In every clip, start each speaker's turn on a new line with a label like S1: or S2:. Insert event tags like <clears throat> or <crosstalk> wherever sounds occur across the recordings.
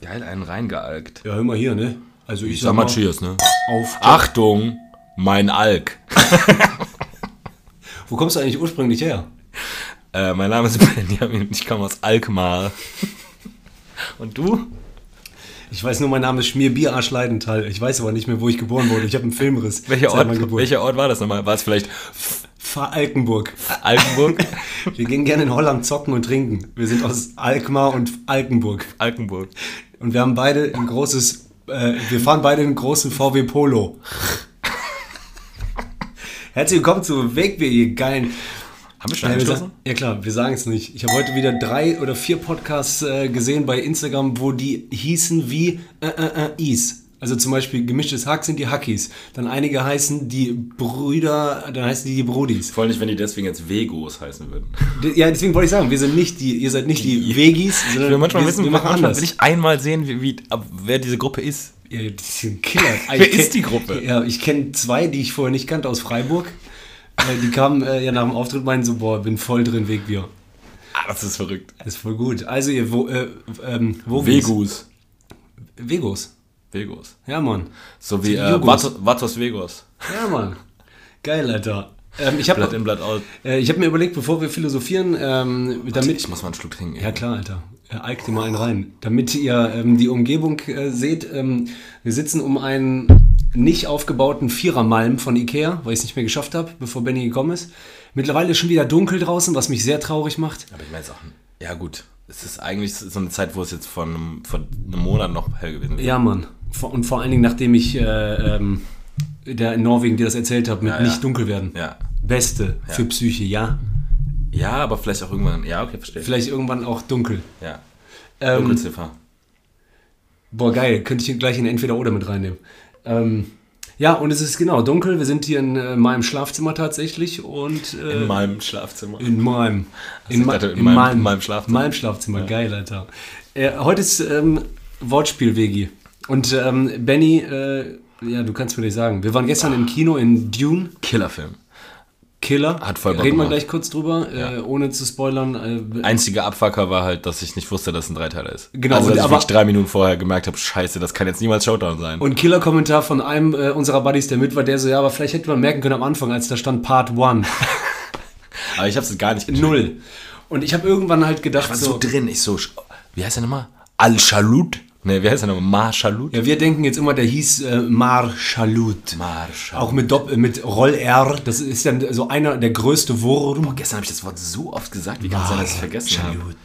S1: Geil, einen reingealkt.
S2: Ja, hör mal hier, ne? Also ich,
S1: Ich sag mal Cheers, ne?
S2: auf.
S1: Achtung, mein Alk.
S2: Wo kommst du eigentlich ursprünglich her?
S1: Äh, mein Name ist <laughs> Benjamin und ich komme aus Alkmaar. Und du?
S2: Ich weiß nur, mein Name ist Schmierbier Arschleidenthal. Ich weiß aber nicht mehr, wo ich geboren wurde. Ich habe einen
S1: <laughs>
S2: Filmriss.
S1: Welcher
S2: Seit
S1: Ort,
S2: meiner Geburt.
S1: welcher Ort war das nochmal? War es vielleicht
S2: Pfarr Alkenburg.
S1: <laughs> Alkenburg?
S2: Wir gehen gerne in Holland zocken und trinken. Wir sind aus Alkmaar und Alkenburg.
S1: Alkenburg.
S2: Und wir haben beide ein großes, äh, wir fahren beide einen großen VW Polo. <laughs> Herzlich willkommen zu Wegbier, ihr geilen.
S1: Haben wir schon
S2: Ja, wir
S1: angestoßen?
S2: sagen, ja klar, wir sagen es nicht. Ich habe heute wieder drei oder vier Podcasts äh, gesehen bei Instagram, wo die hießen wie äh, äh, äh, Is. Also zum Beispiel gemischtes Hack sind die Hackies. Dann einige heißen die Brüder, dann heißen die die Brudis.
S1: Voll nicht, wenn die deswegen jetzt Vegos heißen würden.
S2: D- Ja, deswegen wollte ich sagen, wir sind nicht die, ihr seid nicht die Vegis, sondern
S1: Ich will manchmal
S2: wir,
S1: wissen,
S2: wir machen
S1: manchmal
S2: anders.
S1: will ich einmal sehen, wie, wie, ab, wer diese Gruppe ist.
S2: Ja, das
S1: <laughs>
S2: sind Killer.
S1: Wer
S2: Ich kenn-
S1: ist die Gruppe?
S2: Ja, ich kenne zwei, die ich vorher nicht kannte aus Freiburg. Äh, Die kamen äh, ja nach dem Auftritt meinen so, boah, bin voll drin, Wegbier.
S1: Ah, das ist verrückt.
S2: Das ist voll gut. Also ihr, wo, äh, ähm, wo
S1: Vegus.
S2: Vegos.
S1: Vegos.
S2: Ja, Mann.
S1: So wie äh,
S2: Jugos.
S1: Vatos, Vatos Vegos.
S2: Ja, Mann. <laughs> Geil, Alter. Ähm, ich
S1: Blatt
S2: habe
S1: in, Blatt out.
S2: äh, ich hab mir überlegt, bevor wir philosophieren, ähm, damit
S1: Ich muss mal einen Schluck trinken.
S2: Ja klar, Alter. Äh, Alk dir mal einen rein. Damit ihr ähm, die Umgebung äh, seht, ähm, wir sitzen um einen nicht aufgebauten Vierermalm von Ikea, weil ich es nicht mehr geschafft habe, bevor Benny gekommen ist. Mittlerweile ist schon wieder dunkel draußen, was mich sehr traurig macht.
S1: Aber ich meine es auch. Ja, gut. Es ist eigentlich so eine Zeit, wo es jetzt vor einem, vor einem Monat noch hell gewesen wäre.
S2: Ja, Mann. Vor, und vor allen Dingen, nachdem ich äh, ähm, der in Norwegen dir das erzählt habe, mit
S1: ja.
S2: nicht dunkel werden.
S1: Ja.
S2: Beste für Psyche, ja.
S1: Ja, aber vielleicht auch irgendwann. Ja, okay, verstehe.
S2: Vielleicht irgendwann auch dunkel.
S1: Ja.
S2: Ähm,
S1: Dunkelziffer.
S2: Boah, geil. Könnte ich gleich in Entweder-Oder mit reinnehmen. Ähm, ja, und es ist genau dunkel. Wir sind hier in äh, meinem Schlafzimmer tatsächlich und äh,
S1: in meinem Schlafzimmer.
S2: in meinem. In,
S1: ich
S2: ma-
S1: dachte, in meinem- in meinem Schlafzimmer.
S2: meinem Schlafzimmer. Geil, Alter. Äh, heute ist ähm, Wortspiel, Vegi. Und ähm, Benny, äh, ja, du kannst mir nicht sagen. Wir waren gestern im Kino in Dune
S1: Killerfilm.
S2: Killer.
S1: Hat voll Bock
S2: Reden wir
S1: gemacht.
S2: gleich kurz drüber, äh, ohne zu spoilern. Äh,
S1: Einziger Abfucker war halt, dass ich nicht wusste, dass es ein Dreiteiler ist.
S2: Genau,
S1: Also, dass
S2: und
S1: ich
S2: aber-
S1: wirklich drei Minuten vorher gemerkt habe, scheiße, das kann jetzt niemals Showdown sein.
S2: Und Killer-Kommentar von einem äh, unserer Buddies, der mit war, der so, ja, aber vielleicht hätte man merken können am Anfang, als da stand Part
S1: <laughs>
S2: 1.
S1: aber ich habe es gar nicht gecheckt.
S2: Null. Und ich habe irgendwann halt gedacht,
S1: war so,
S2: so,
S1: drin. Ich so, sch- wie heißt der nochmal? Al-Shalut? Ne, wie heißt der nochmal? Mar-Shalut?
S2: ja, wir denken jetzt immer, der hieß äh, Marschalut.
S1: Mar-Shalut.
S2: Auch mit, Dopp äh, mit Roll-R, das ist dann so einer der größte Wurm.
S1: Gestern habe ich das Wort so oft gesagt, wie kann es sein, dass ich es vergessen habe?
S2: Marschalut.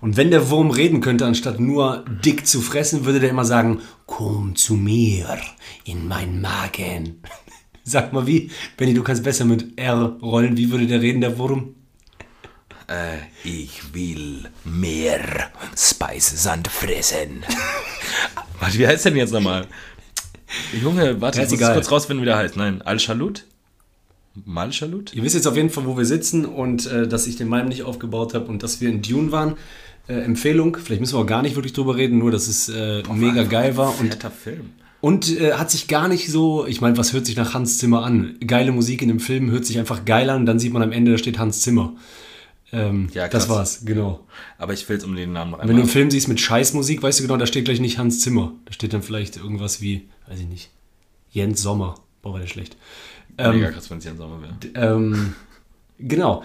S2: Und wenn der Wurm reden könnte, anstatt nur dick zu fressen, würde der immer sagen, komm zu mir in meinen Magen. <laughs> Sag mal wie, Benny, du kannst besser mit R rollen, wie würde der reden, der Wurm?
S1: Äh, ich will mehr Speisesand fressen. <laughs> Warte, wie heißt der denn jetzt nochmal? Junge, warte,
S2: Ja,
S1: ich
S2: ist
S1: muss
S2: egal.
S1: kurz rausfinden, wie der heißt. Nein, Al-Shalut? Mal-Shalut?
S2: Ihr wisst jetzt auf jeden Fall, wo wir sitzen und äh, dass ich den Malm nicht aufgebaut habe und dass wir in Dune waren. Äh, Empfehlung, vielleicht müssen wir auch gar nicht wirklich drüber reden, nur dass es äh, mega geil war und,
S1: Netter Film.
S2: und äh, hat sich gar nicht so, ich meine, was hört sich nach Hans Zimmer an? Geile Musik in dem Film hört sich einfach geil an und dann sieht man am Ende, da steht Hans Zimmer. Ähm,
S1: Ja, krass.
S2: das war's, genau.
S1: Aber ich will es um den Namen noch
S2: Wenn du
S1: einmal.
S2: einen Film siehst mit Scheißmusik, weißt du genau, da steht gleich nicht Hans Zimmer. Da steht dann vielleicht irgendwas wie, weiß ich nicht, Jens Sommer. Boah, war der schlecht.
S1: Mega krass, wenn es hier im Sommer wäre.
S2: Ähm, genau.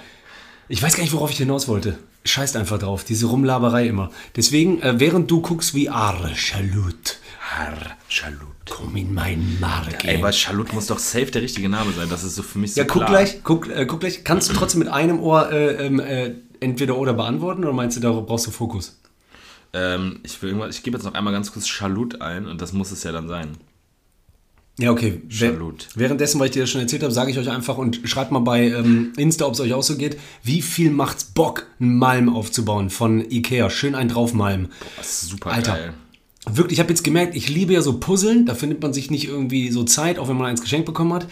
S2: Ich weiß gar nicht, worauf ich hinaus wollte. Scheißt einfach drauf, diese Rumlaberei immer. Deswegen, äh, während du guckst wie Arschalut,
S1: Al-Shalut.
S2: komm in meinen Markt.
S1: Ey, aber Shalut muss doch safe der richtige Name sein. Das ist so für mich so
S2: ja, guck
S1: klar.
S2: gleich, guck, äh, guck gleich. Kannst du trotzdem mit einem Ohr äh, ähm, äh, entweder oder beantworten oder meinst du, da brauchst du Fokus?
S1: Ähm, ich will irgendwas, ich gebe jetzt noch einmal ganz kurz Shalut ein und das muss es ja dann sein.
S2: Ja, okay. Wer-
S1: Schalut.
S2: Währenddessen, weil ich dir das schon erzählt habe, sage ich euch einfach und schreibt mal bei ähm, Insta, ob es euch auch so geht, wie viel macht's Bock, einen Malm aufzubauen von Ikea. Schön einen draufmalmen.
S1: Das ist super
S2: Alter.
S1: geil.
S2: Wirklich, ich habe jetzt gemerkt, ich liebe ja so Puzzeln, da findet man sich nicht irgendwie so Zeit, auch wenn man eins geschenkt bekommen hat.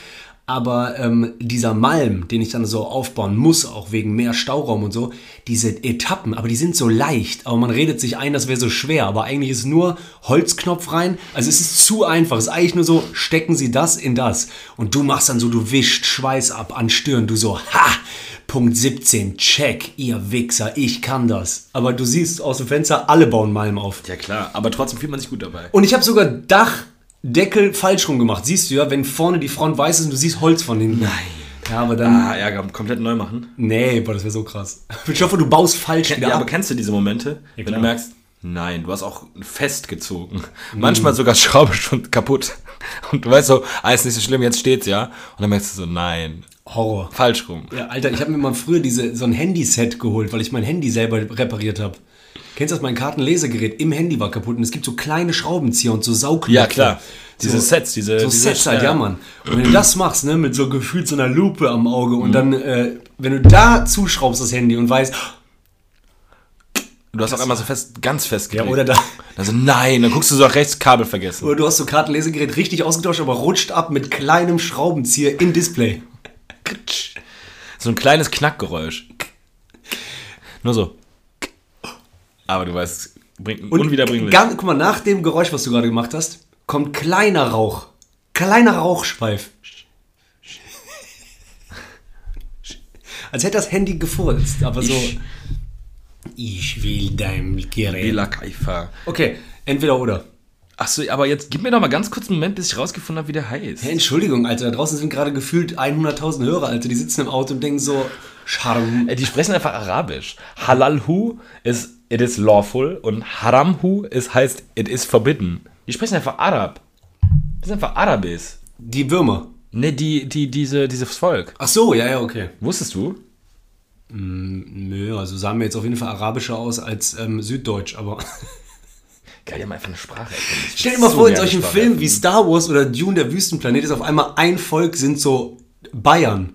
S2: Aber ähm, dieser Malm, den ich dann so aufbauen muss, auch wegen mehr Stauraum und so, diese Etappen, aber die sind so leicht. Aber man redet sich ein, das wäre so schwer. Aber eigentlich ist nur Holzknopf rein. Also es ist zu einfach. Es ist eigentlich nur so, stecken Sie das in das. Und du machst dann so, du wischt Schweiß ab an Stirn. Du so, ha, Punkt 17, check, ihr Wichser, ich kann das. Aber du siehst aus dem Fenster, alle bauen Malm auf.
S1: Ja klar, aber trotzdem fühlt man sich gut dabei.
S2: Und ich habe sogar Dachdeckel falsch rum gemacht. Siehst du ja, wenn vorne die Front weiß ist und du siehst Holz von hinten. Nein. Ja, aber dann.
S1: Ah, Ärger, komplett neu machen.
S2: Nee, boah, das wäre so krass. <laughs> Ich hoffe, du baust falsch wieder
S1: Ja, aber
S2: ab.
S1: kennst du diese Momente, wenn
S2: klar.
S1: du merkst, nein, du hast auch festgezogen. Manchmal sogar Schraube schon kaputt. Und du weißt so, ah, ist nicht so schlimm, jetzt steht's ja. Und dann merkst du so, nein,
S2: Horror.
S1: falsch rum.
S2: Ja, Alter, ich habe mir mal früher diese, so ein Handyset geholt, weil ich mein Handy selber repariert habe. Kennst du das? Mein Kartenlesegerät im Handy war kaputt und es gibt so kleine Schraubenzieher und so Saugknöpfe.
S1: Ja, klar. Diese
S2: so,
S1: Sets, diese.
S2: So
S1: diese
S2: Sets halt, ja,
S1: äh,
S2: Mann. Und wenn du das machst, ne, mit so gefühlt so einer Lupe am Auge
S1: Mhm.
S2: und dann, äh, wenn du da zuschraubst das Handy und weißt,
S1: Du hast auch einmal so fest, ganz festgelegt.
S2: ja, oder da,
S1: Also nein, dann guckst du so auch rechts Kabel vergessen.
S2: oder du hast so Kartenlesegerät richtig ausgetauscht, aber rutscht ab mit kleinem Schraubenzieher in Display. Kritsch.
S1: So ein kleines Knackgeräusch. Nur so. Aber du weißt, bringt unwiederbringlich.
S2: Ganz, guck mal, nach dem Geräusch, was du gerade gemacht hast, kommt kleiner Rauch. Kleiner Rauchschweif. Als hätte das Handy gefurzt, aber so.
S1: Ich-
S2: Ich will dein Gerät.
S1: Bela Kaifa.
S2: Okay, entweder oder.
S1: Achso, aber jetzt gib mir doch mal ganz kurz einen Moment, bis ich rausgefunden habe, wie der heißt.
S2: Hey, Entschuldigung, Alter, da draußen sind gerade gefühlt 100.000 Hörer, Alter. Die sitzen im Auto und denken so, Charme.
S1: Äh, Die sprechen einfach Arabisch. Halalhu ist it is lawful und Haramhu ist heißt it is forbidden. Die sprechen einfach Arab. Das sind einfach Arabis.
S2: Die Würmer.
S1: Ne, die, die, diese, dieses Volk.
S2: Ach so, ja, ja, okay.
S1: Wusstest du?
S2: Nö, also sahen mir jetzt auf jeden Fall arabischer aus als ähm, süddeutsch, aber. <laughs>
S1: Geil, die haben einfach eine Sprache. erfunden. Ich
S2: Stell dir
S1: bin
S2: mal
S1: so
S2: vor, in
S1: gerne
S2: solchen
S1: Sprache
S2: Filmen wie Star Wars oder Dune, der Wüstenplanet, ist auf einmal ein Volk, sind so Bayern.
S1: erfunden.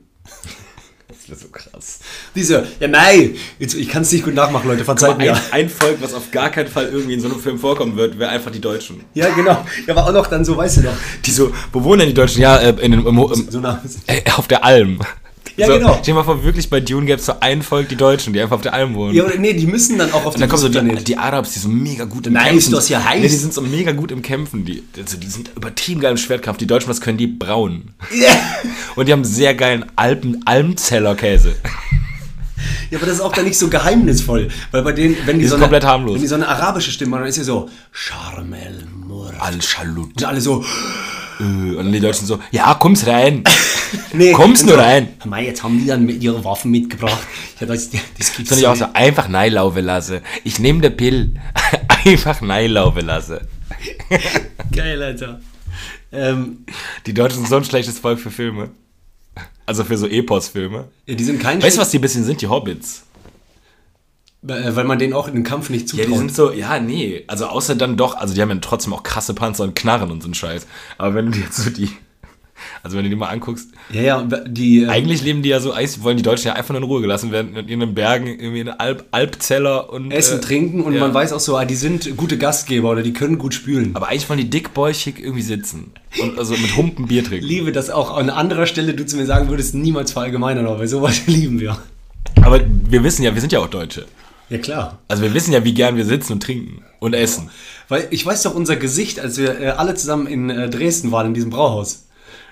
S1: Das wäre so krass.
S2: Diese, ja nein, jetzt, ich kann es nicht gut nachmachen, Leute, verzeiht mir.
S1: Also Ein, ein Volk, was auf gar keinen Fall irgendwie in so einem Film vorkommen wird, wäre einfach die Deutschen.
S2: Ja, genau. Ja, aber auch noch dann so, weißt du noch.
S1: Die so, wo wohnen denn die Deutschen? Ja, äh, in, im, im, im,
S2: So nach,
S1: äh, <laughs> auf der Alm.
S2: Ja,
S1: so,
S2: genau.
S1: Stell dir mal vor, wirklich bei Dune gäbe es so ein Volk, die Deutschen, die einfach auf der Alm wohnen.
S2: ja, oder, nee, die müssen dann auch
S1: Und
S2: auf
S1: dann
S2: den
S1: kommen so die,
S2: Wüstenplanet.
S1: die Arabs, die sind mega gut im
S2: Nein,
S1: Kämpfen.
S2: ist das ja heiß.
S1: Nee, die sind so mega gut im Kämpfen. Die, also die sind übertrieben geil im Schwertkampf. Die Deutschen, was können die? Braun.
S2: Ja.
S1: Und die haben sehr geilen Alpen, Almzellerkäse.
S2: ja, aber das ist auch dann nicht so geheimnisvoll, weil bei denen, wenn die,
S1: Die
S2: so
S1: sind
S2: eine,
S1: komplett harmlos.
S2: wenn die so eine arabische Stimme haben, dann ist sie so, Charm el Mur.
S1: Al-Shalut.
S2: Und alle so,
S1: Äh, Und dann die Deutschen so, ja, komm's rein.
S2: <laughs> nee.
S1: Kommst nur
S2: Und so,
S1: rein.
S2: Mei, jetzt haben die dann mit ihre Waffen mitgebracht. Ja, das, das gibt's
S1: Sondern ich auch
S2: nicht.
S1: so, einfach nein laufen lassen. Ich nehme der Pill. <laughs> Einfach nein laufen lassen.
S2: Geil, Alter. Ähm,
S1: Die Deutschen sind so ein schlechtes Volk für Filme. Also für so Epos-Filme.
S2: ja, die sind kein
S1: Weißt du,
S2: Schlecht-
S1: was die ein bisschen sind? Die Hobbits.
S2: Äh, Weil man denen auch in den Kampf nicht
S1: Ja, die
S2: zutraut.
S1: sind so, ja, nee. Also außer dann doch, also die haben ja trotzdem auch krasse Panzer und Knarren und so einen Scheiß. Aber wenn du dir jetzt so die, also wenn du die mal anguckst,
S2: Ja, ja, die. Äh,
S1: eigentlich leben die ja so, eigentlich wollen die Deutschen ja einfach nur in Ruhe gelassen werden in ihren Bergen, irgendwie in Alp, Alpzeller und...
S2: essen,
S1: äh,
S2: trinken und
S1: ja.
S2: man weiß auch so, ah, die sind gute Gastgeber oder die können gut spülen.
S1: Aber eigentlich wollen die dickbäuchig irgendwie sitzen und also mit Humpen Bier trinken.
S2: liebe, dass auch an anderer Stelle du zu mir sagen würdest, niemals verallgemeinern, aber sowas <laughs> lieben wir.
S1: Aber wir wissen ja, wir sind ja auch Deutsche.
S2: Ja, klar.
S1: Also wir wissen ja, wie gern wir sitzen und trinken und essen.
S2: Weil ich weiß doch unser Gesicht, als wir äh, alle zusammen in äh, Dresden waren, in diesem Brauhaus.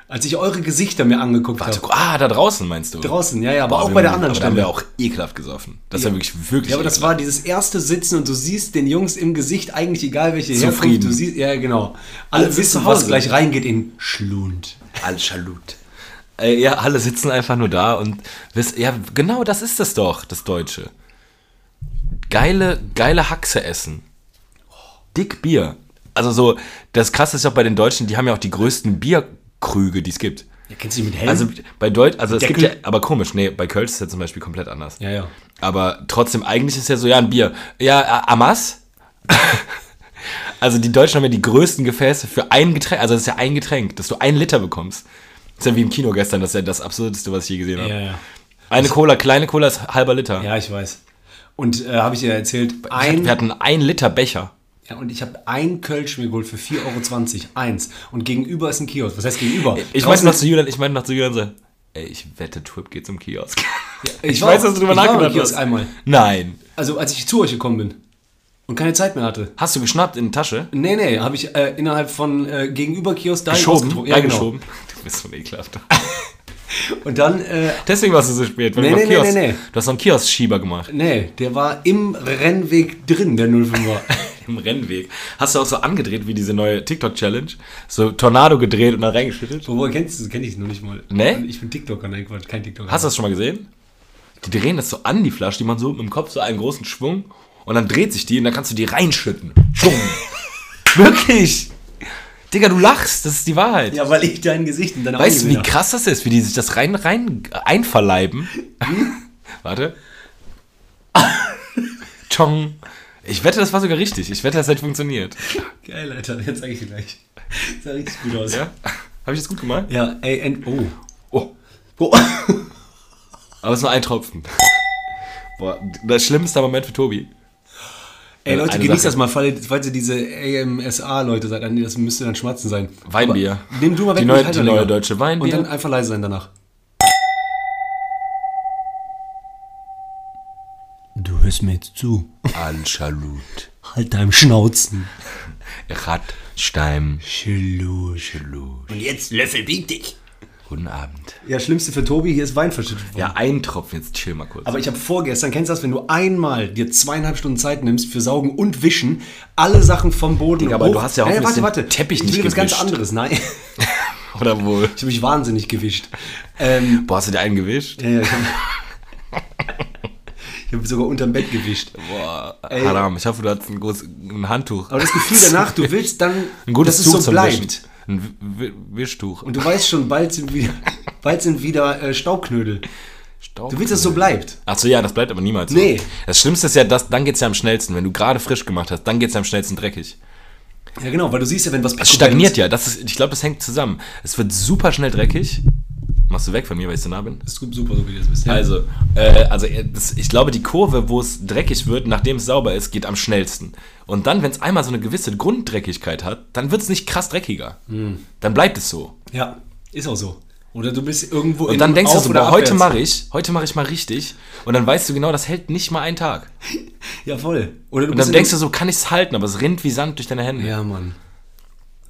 S2: Als ich eure Gesichter mir angeguckt habe.
S1: Also, ah, da draußen meinst du?
S2: Draußen, ja, ja, aber
S1: Boah,
S2: auch
S1: wir-
S2: bei der anderen
S1: aber Da haben
S2: Stelle.
S1: wir auch ekelhaft gesoffen. Das ist ja wirklich, wirklich
S2: Ja, aber das war dieses erste Sitzen und du siehst den Jungs im Gesicht eigentlich egal welche
S1: Zufrieden.
S2: Herkunft du siehst. Ja, genau. Alle
S1: Alle
S2: wissen,
S1: zu
S2: was
S1: Hause.
S2: gleich reingeht in Schlund.
S1: Al-Shalut. Äh, ja, alle sitzen einfach nur da und wissen, ja, genau das ist das doch, das Deutsche. Geile, geile Haxe essen. Dick Bier. Also so, das krasse ist ja auch bei den Deutschen, die haben ja auch die größten Bierkrüge, die es gibt.
S2: Ja, kennst du dich mit Helm?
S1: Also bei Deutsch, also es gibt
S2: Deckel?
S1: ja, aber komisch, nee, bei Köln ist es ja zum Beispiel komplett anders.
S2: ja, ja.
S1: Aber trotzdem, eigentlich ist ja so, ja, ein Bier. Ja, äh, Amas? <laughs> also die Deutschen haben ja die größten Gefäße für ein Getränk. Also das ist ja ein Getränk, dass du einen Liter bekommst. Das ist ja wie im Kino gestern, das ist ja das Absurdeste, was ich je gesehen habe.
S2: Ja, ja.
S1: Eine Cola, kleine Cola ist halber Liter.
S2: Ja, ich weiß. Und äh, habe ich dir erzählt,
S1: Wir
S2: ein,
S1: hatten einen Liter Becher.
S2: ja, und ich habe ein Kölsch mir geholt für 4,20 Euro. Eins. Und gegenüber ist ein Kiosk. Was heißt gegenüber?
S1: Ich
S2: Draußen-
S1: meinte noch zu Julian, ich meinte noch zu Julian so, ey, ich wette, Trip geht zum Kiosk.
S2: ich,
S1: <laughs> Ich
S2: war
S1: weiß,
S2: auch-
S1: dass du drüber
S2: ich war im
S1: nachgedacht
S2: Kiosk
S1: hast.
S2: einmal.
S1: Nein.
S2: Also, als ich zu euch gekommen bin und keine Zeit mehr hatte.
S1: Hast du geschnappt in die Tasche?
S2: Nee, nee, habe ich äh, innerhalb von äh, gegenüber Kiosk da
S1: Geschoben?
S2: Ja, genau.
S1: geschoben. Du bist so ein ekelhafter.
S2: Und dann, äh,
S1: Deswegen warst du so spät. weil
S2: Nee,
S1: du
S2: nee,
S1: noch
S2: nee,
S1: Kiosk-
S2: nee, nee.
S1: Du hast noch einen Kiosk-Schieber gemacht.
S2: nee, der war im Rennweg drin, der
S1: <laughs>
S2: 05er.
S1: Im Rennweg. Hast du auch so angedreht wie diese neue TikTok-Challenge? So Tornado gedreht und dann reingeschüttet?
S2: Woher kennst du das? Kenn ich noch nicht mal. Also,
S1: Nee?
S2: Ich bin TikToker, nein, Quatsch, kein TikToker.
S1: Hast du das schon mal gesehen? Die drehen das so an, die Flasche, die man so mit dem Kopf so einen großen Schwung und dann dreht sich die und dann kannst du die reinschütten.
S2: <laughs>
S1: Schwung. Wirklich? Digga, du lachst, das ist die Wahrheit.
S2: Ja, weil ich dein Gesicht und deine
S1: weißt du, wie
S2: gesehen
S1: krass das ist, wie die sich das rein, rein einverleiben? <laughs> Warte. Chong. Ich wette, das war sogar richtig. Ich wette, das hat funktioniert.
S2: hab. Geil, Alter, jetzt zeig ich dir gleich. <laughs> Das sah richtig gut aus.
S1: Ja? Habe ich das gut gemacht?
S2: Ja, ey, and, oh.
S1: Oh.
S2: oh.
S1: Aber es ist nur ein Tropfen. Boah, das schlimmste Moment für Tobi.
S2: Ey,
S1: <laughs>
S2: Leute,
S1: Eine
S2: genießt
S1: Sache.
S2: das mal, falls falls ihr diese AMSA-Leute seid. Ah, Nee, das müsste dann Schmatzen sein.
S1: Weinbier.
S2: Aber nimm du mal weg.
S1: Die neue-
S2: ich halte
S1: die neue
S2: länger.
S1: deutsche Weinbier.
S2: Und dann einfach leise sein danach. Du hörst mir jetzt zu.
S1: Anschalut.
S2: Halt deinem Schnauzen.
S1: Radstein.
S2: Schlusch. Und jetzt Löffel bieg dich.
S1: Guten Abend.
S2: Ja, Schlimmste für Tobi, hier ist Wein verschüttet worden.
S1: Ja, ein Tropfen, jetzt chill mal kurz.
S2: Aber ich habe vorgestern, kennst du das, wenn du einmal dir zweieinhalb Stunden Zeit nimmst für Saugen und Wischen, alle Sachen vom Boden
S1: Digga, aber du hast ja auch ein bisschen Teppich
S2: ich
S1: nicht
S2: will was ganz
S1: gewischt.
S2: anderes. Nein, <laughs>
S1: Oder wohl?
S2: ich habe mich wahnsinnig gewischt. Ähm,
S1: Boah, hast du dir einen gewischt?
S2: ja, ja, ich habe hab sogar unterm Bett gewischt.
S1: Boah, Haram, ich hoffe, du hattest ein, groß, ein Handtuch.
S2: Aber das Gefühl danach, du willst dann,
S1: ein gutes
S2: dass
S1: Tuch
S2: es so
S1: zum
S2: bleibt.
S1: Wischen. Ein W- W- Wischtuch.
S2: Und du weißt schon, bald sind wieder, bald sind wieder äh, Staubknödel. Du willst, dass es so bleibt.
S1: Achso, ja, das bleibt aber niemals so.
S2: Nee.
S1: Das Schlimmste ist ja, dass, dann geht's ja am schnellsten. Wenn du gerade frisch gemacht hast, dann geht's ja am schnellsten dreckig.
S2: Ja, genau, weil du siehst ja, wenn was
S1: Es stagniert ja. Das ist, ich glaube, das hängt zusammen. Es wird super schnell dreckig. Machst du weg von mir, weil ich so nah bin?
S2: Ist super, so wie das bist. Also,
S1: Also, äh, also äh, das, ich glaube, die Kurve, wo es dreckig wird, nachdem es sauber ist, geht am schnellsten. Und dann, wenn es einmal so eine gewisse Grunddreckigkeit hat, dann wird es nicht krass dreckiger.
S2: Hm.
S1: Dann bleibt es so.
S2: ja, ist auch so. Oder du bist irgendwo
S1: Und dann denkst du
S2: Auf-
S1: so,
S2: oder
S1: boah, heute
S2: abwärts.
S1: mache ich, heute mache ich mal richtig. Und dann weißt du genau, das hält nicht mal einen Tag.
S2: Ja, voll. Oder du
S1: Und dann denkst du so, kann ich es halten, aber es rinnt wie Sand durch deine Hände.
S2: Ja, Mann.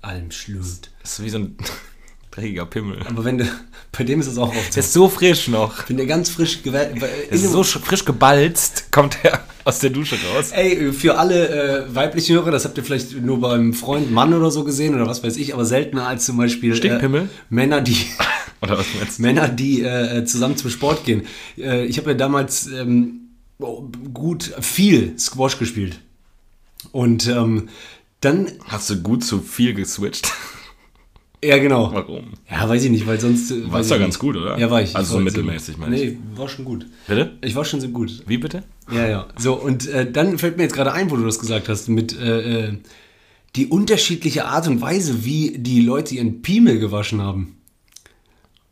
S2: Allem schlund.
S1: Das ist wie so ein <laughs> dreckiger Pimmel.
S2: Aber wenn du. <laughs> Bei dem ist es auch oft so.
S1: Der ist so frisch noch.
S2: Wenn der ganz frisch gewählt.
S1: Der ist so sch- frisch gebalzt, kommt er aus der <laughs> Dusche raus.
S2: Ey, für alle äh, weiblichen Hörer, das habt ihr vielleicht nur beim Freund Mann oder so gesehen oder was weiß ich, aber seltener als zum Beispiel äh,
S1: Stinkpimmel?
S2: Männer, die
S1: <laughs> Oder was meinst du?
S2: Männer, die äh, zusammen zum Sport gehen. Äh, ich habe ja damals ähm, oh, gut viel Squash gespielt. Und ähm, dann,
S1: Hast du gut zu viel geswitcht?
S2: ja
S1: <laughs>
S2: genau.
S1: Warum?
S2: Ja, weiß ich nicht, weil sonst. äh, weiß
S1: Warst doch
S2: ich
S1: ganz
S2: nicht.
S1: gut, oder?
S2: Ja, war ich.
S1: Also so
S2: War-
S1: mittelmäßig, meine ich.
S2: Nee, war schon gut.
S1: Bitte?
S2: Ich war schon so gut.
S1: Wie bitte?
S2: Ja, ja. So, und äh, dann fällt mir jetzt gerade ein, wo du das gesagt hast, mit äh, äh, die unterschiedliche Art und Weise, wie die Leute ihren Piemel gewaschen haben.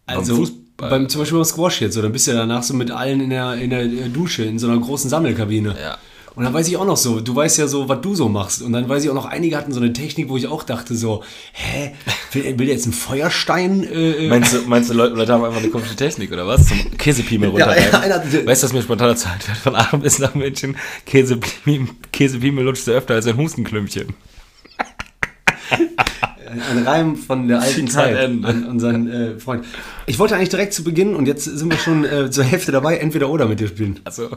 S2: Also
S1: Fußball.
S2: Beim, zum Beispiel beim Squash jetzt, so, dann bist du ja danach so mit allen in der, in der äh, Dusche, in so einer großen Sammelkabine.
S1: Ja.
S2: Und dann weiß ich auch noch so, du weißt ja so, was du so machst. Und dann weiß ich auch noch, einige hatten so eine Technik, wo ich auch dachte so, hä, will, will der jetzt einen Feuerstein äh, äh,
S1: Meinst du, meinst du Leute, Leute haben einfach eine komische Technik oder was? Zum Käsepiemel
S2: Ja,
S1: runterreiben.
S2: ja, einer hat-
S1: weißt du, was mir spontan erzählt wird? Von Arm bis nach München, Käsepiemel, Käsepiemel lutscht er öfter als ein Hustenklümpchen.
S2: Ein Reim von der alten
S1: Zitat
S2: Zeit
S1: Ende.
S2: an unseren äh, Freund. Ich wollte eigentlich direkt zu Beginn und jetzt sind wir schon äh, zur Hälfte dabei, entweder oder mit dir spielen.
S1: Also,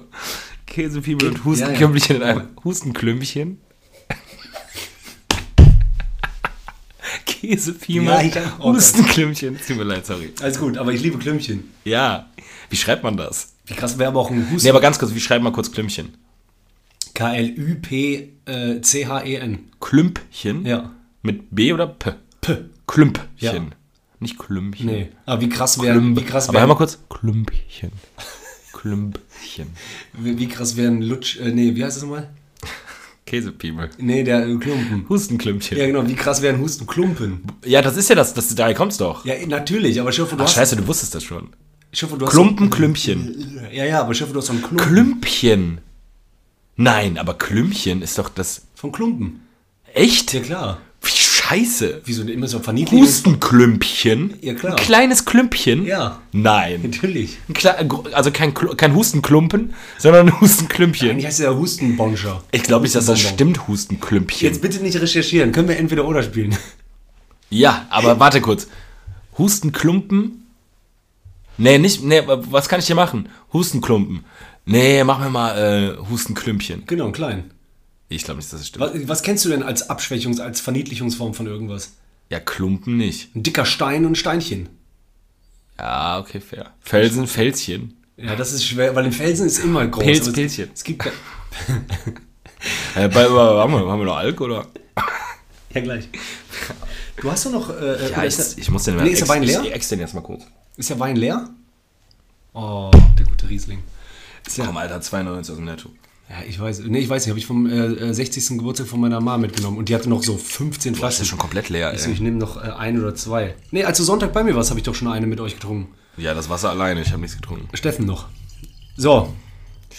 S1: Käsepiemel und
S2: ja.
S1: Hustenklümpchen in einem Hustenklümpchen. <laughs>
S2: Ja,
S1: Käsepiemel,
S2: ich- oh Gott.
S1: Hustenklümpchen. Tut mir leid, sorry.
S2: Alles gut, aber ich liebe Klümpchen.
S1: Ja. Wie schreibt man das?
S2: Wie krass wäre aber auch ein Hus.
S1: Nee, aber ganz kurz, wie schreibt man kurz Klümpchen?
S2: äh, K-L-Ü-P-C-H-E-N.
S1: Klümpchen?
S2: Ja.
S1: Mit B oder P?
S2: P.
S1: Klümpchen.
S2: Ja.
S1: Nicht Klümpchen.
S2: Nee. Aber wie krass wären, wie krass
S1: Aber hör
S2: wären,
S1: mal kurz. Klümpchen. <laughs> Klümpchen.
S2: wie wie krass wären Lutsch, äh, nee, wie heißt das nochmal?
S1: Käsepiemel.
S2: Nee, der äh, Klumpen.
S1: Hustenklümpchen.
S2: Ja,
S1: Ja.
S2: genau, wie krass wären Husten Klumpen.
S1: das ist ja das. das daher kommt's doch.
S2: Ja, eh, natürlich, aber ich hoffe, du
S1: Ach,
S2: hast.
S1: scheiße, du wusstest das schon.
S2: Ich hoffe, du hast.
S1: Klumpen, Klümpchen.
S2: Ja, ja, aber ich hoffe, du hast so einen Klumpen.
S1: Klümpchen. Nein, aber Klümpchen ist doch das.
S2: Von Klumpen.
S1: Echt?
S2: Ja, klar.
S1: Wie scheiße.
S2: Wieso immer so verniedlich?
S1: Hustenklümpchen?
S2: Ja, klar.
S1: Ein kleines Klümpchen?
S2: Ja.
S1: Nein.
S2: Natürlich.
S1: Ein kle- Also kein, Klu- kein Hustenklumpen, sondern ein Hustenklümpchen.
S2: Eigentlich heißt er ja Hustenbonscher.
S1: Ich glaube nicht, dass das
S2: Hustenbonbon.
S1: stimmt, Hustenklümpchen.
S2: Jetzt bitte nicht recherchieren. Können wir entweder oder spielen? <laughs>
S1: Ja, aber warte kurz. Hustenklumpen Nee, nicht, nee, was kann ich dir machen? Hustenklumpen. Nee, mach mir mal äh, Hustenklümpchen.
S2: Genau, klein.
S1: Ich glaube nicht, dass es stimmt.
S2: Was, was kennst du denn als Abschwächungs-, als Verniedlichungsform von irgendwas?
S1: Ja, Klumpen nicht.
S2: Ein dicker Stein und ein Steinchen.
S1: Ja, okay, fair. Felsen, Felschen.
S2: Ja, das ist schwer, weil ein Felsen ist immer groß.
S1: Pilz,
S2: aber es-
S1: Pilzchen.
S2: Es gibt
S1: <laughs>
S2: kein-
S1: Äh, bei, bei, haben, wir, haben wir noch Alk, oder?
S2: Ja, gleich. Du hast doch noch. Äh,
S1: Ja,
S2: oder
S1: ich,
S2: ist,
S1: ich muss den
S2: Nee, ist der Wein leer?
S1: Ich, ich ex den jetzt mal kurz.
S2: der, ist der Wein leer? Oh, der gute Riesling. Ist ja,
S1: Komm, Alter, 92 aus dem Netto.
S2: ja, ich weiß. Nee, ich weiß nicht. Habe ich vom äh, äh, 60. Geburtstag von meiner Mama mitgenommen. Und die hatte noch so 15
S1: Das
S2: Flaschen.
S1: ist schon komplett leer,
S2: Ich, so,
S1: ey.
S2: ich nehme noch äh, ein oder zwei. Nee, als du Sonntag bei mir warst, habe ich doch schon eine mit euch getrunken.
S1: Ja, das Wasser alleine, ich habe nichts getrunken.
S2: Steffen noch. So.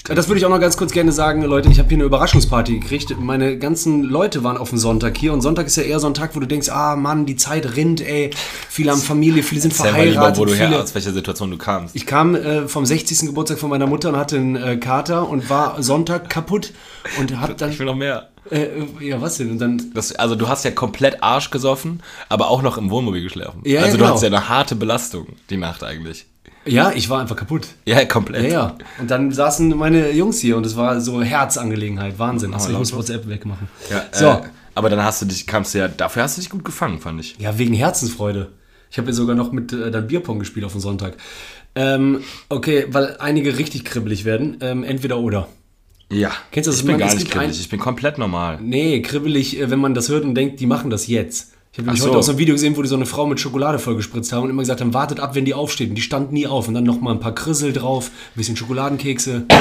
S2: Das würde ich auch noch ganz kurz gerne sagen, Leute. Ich habe hier eine Überraschungsparty gekriegt. Meine ganzen Leute waren auf dem Sonntag hier. Und Sonntag ist ja eher so ein Tag, wo du denkst, ah Mann, die Zeit rinnt, ey. Viele haben Familie, viele sind
S1: Erzähl mal lieber,
S2: verheiratet.
S1: wo du her,
S2: viele
S1: aus welcher Situation du kamst.
S2: ich kam äh, vom 60. Geburtstag von meiner Mutter und hatte einen äh, Kater und war Sonntag kaputt und hab dann.
S1: will noch mehr.
S2: Äh, ja, was denn? Und dann.
S1: Das, also du hast ja komplett Arsch gesoffen, aber auch noch im Wohnmobil geschlafen.
S2: Ja, ja,
S1: also du
S2: genau.
S1: hattest ja eine harte Belastung, die Nacht eigentlich.
S2: Ja, ich war einfach kaputt.
S1: Ja, komplett.
S2: Ja, ja. Und dann saßen meine Jungs hier und es war so Herzangelegenheit. Wahnsinn. Achso, ich muss WhatsApp wegmachen.
S1: Ah, Ja,
S2: so.
S1: Äh, aber dann hast du dich, kamst du ja, dafür hast du dich gut gefangen, fand ich.
S2: Ja, wegen Herzensfreude. Ich habe ja sogar noch mit äh, dann Bierpong gespielt auf dem Sonntag. Ähm, okay, weil einige richtig kribbelig werden. Ähm, entweder oder.
S1: Ja.
S2: Kennst du das?
S1: Ich bin
S2: Man-
S1: gar
S2: es
S1: nicht
S2: gibt ein-
S1: kribbelig, ich bin komplett normal.
S2: Nee, kribbelig, äh, wenn man das hört und denkt, die machen das jetzt. Ich habe nämlich
S1: Ach so.
S2: heute auch so ein Video gesehen, wo die so eine Frau mit Schokolade vollgespritzt haben und immer gesagt haben, wartet ab, wenn die aufsteht. Und die stand nie auf. Und dann nochmal ein paar Krissel drauf, ein bisschen Schokoladenkekse. <coughs>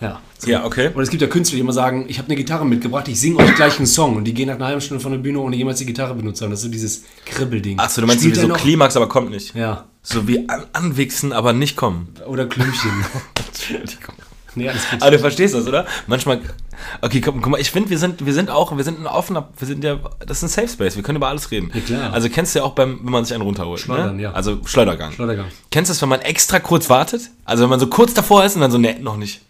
S2: ja. So.
S1: Ja, okay.
S2: Und es gibt ja Künstler, die immer sagen, ich habe eine Gitarre mitgebracht, ich singe euch gleich einen Song. Und die gehen nach einer halben Stunde von der Bühne, ohne jemals die Gitarre benutzt zu haben. Das ist so dieses Kribbelding.
S1: Achso, du meinst
S2: Spielt
S1: wie
S2: er
S1: so
S2: noch?
S1: Klimax, aber kommt nicht.
S2: Ja.
S1: So wie an, anwichsen, aber nicht
S2: <laughs>
S1: kommen.
S2: Oder Klümpchen.
S1: Entschuldigung.
S2: nee, alles gut.
S1: Aber du verstehst das, oder? Manchmal. Okay, komm, guck mal, ich finde, wir sind, wir sind auch, wir sind ein offener, wir sind ja, das ist ein Safe Space, wir können über alles reden. Ja,
S2: klar.
S1: Also kennst du ja auch beim, wenn man sich einen runterholt.
S2: Schleudern,
S1: ne?
S2: ja.
S1: Also Schleudergang.
S2: Schleudergang.
S1: Kennst du das, wenn man extra kurz wartet? Also wenn man so kurz davor ist und dann so, nee, noch nicht.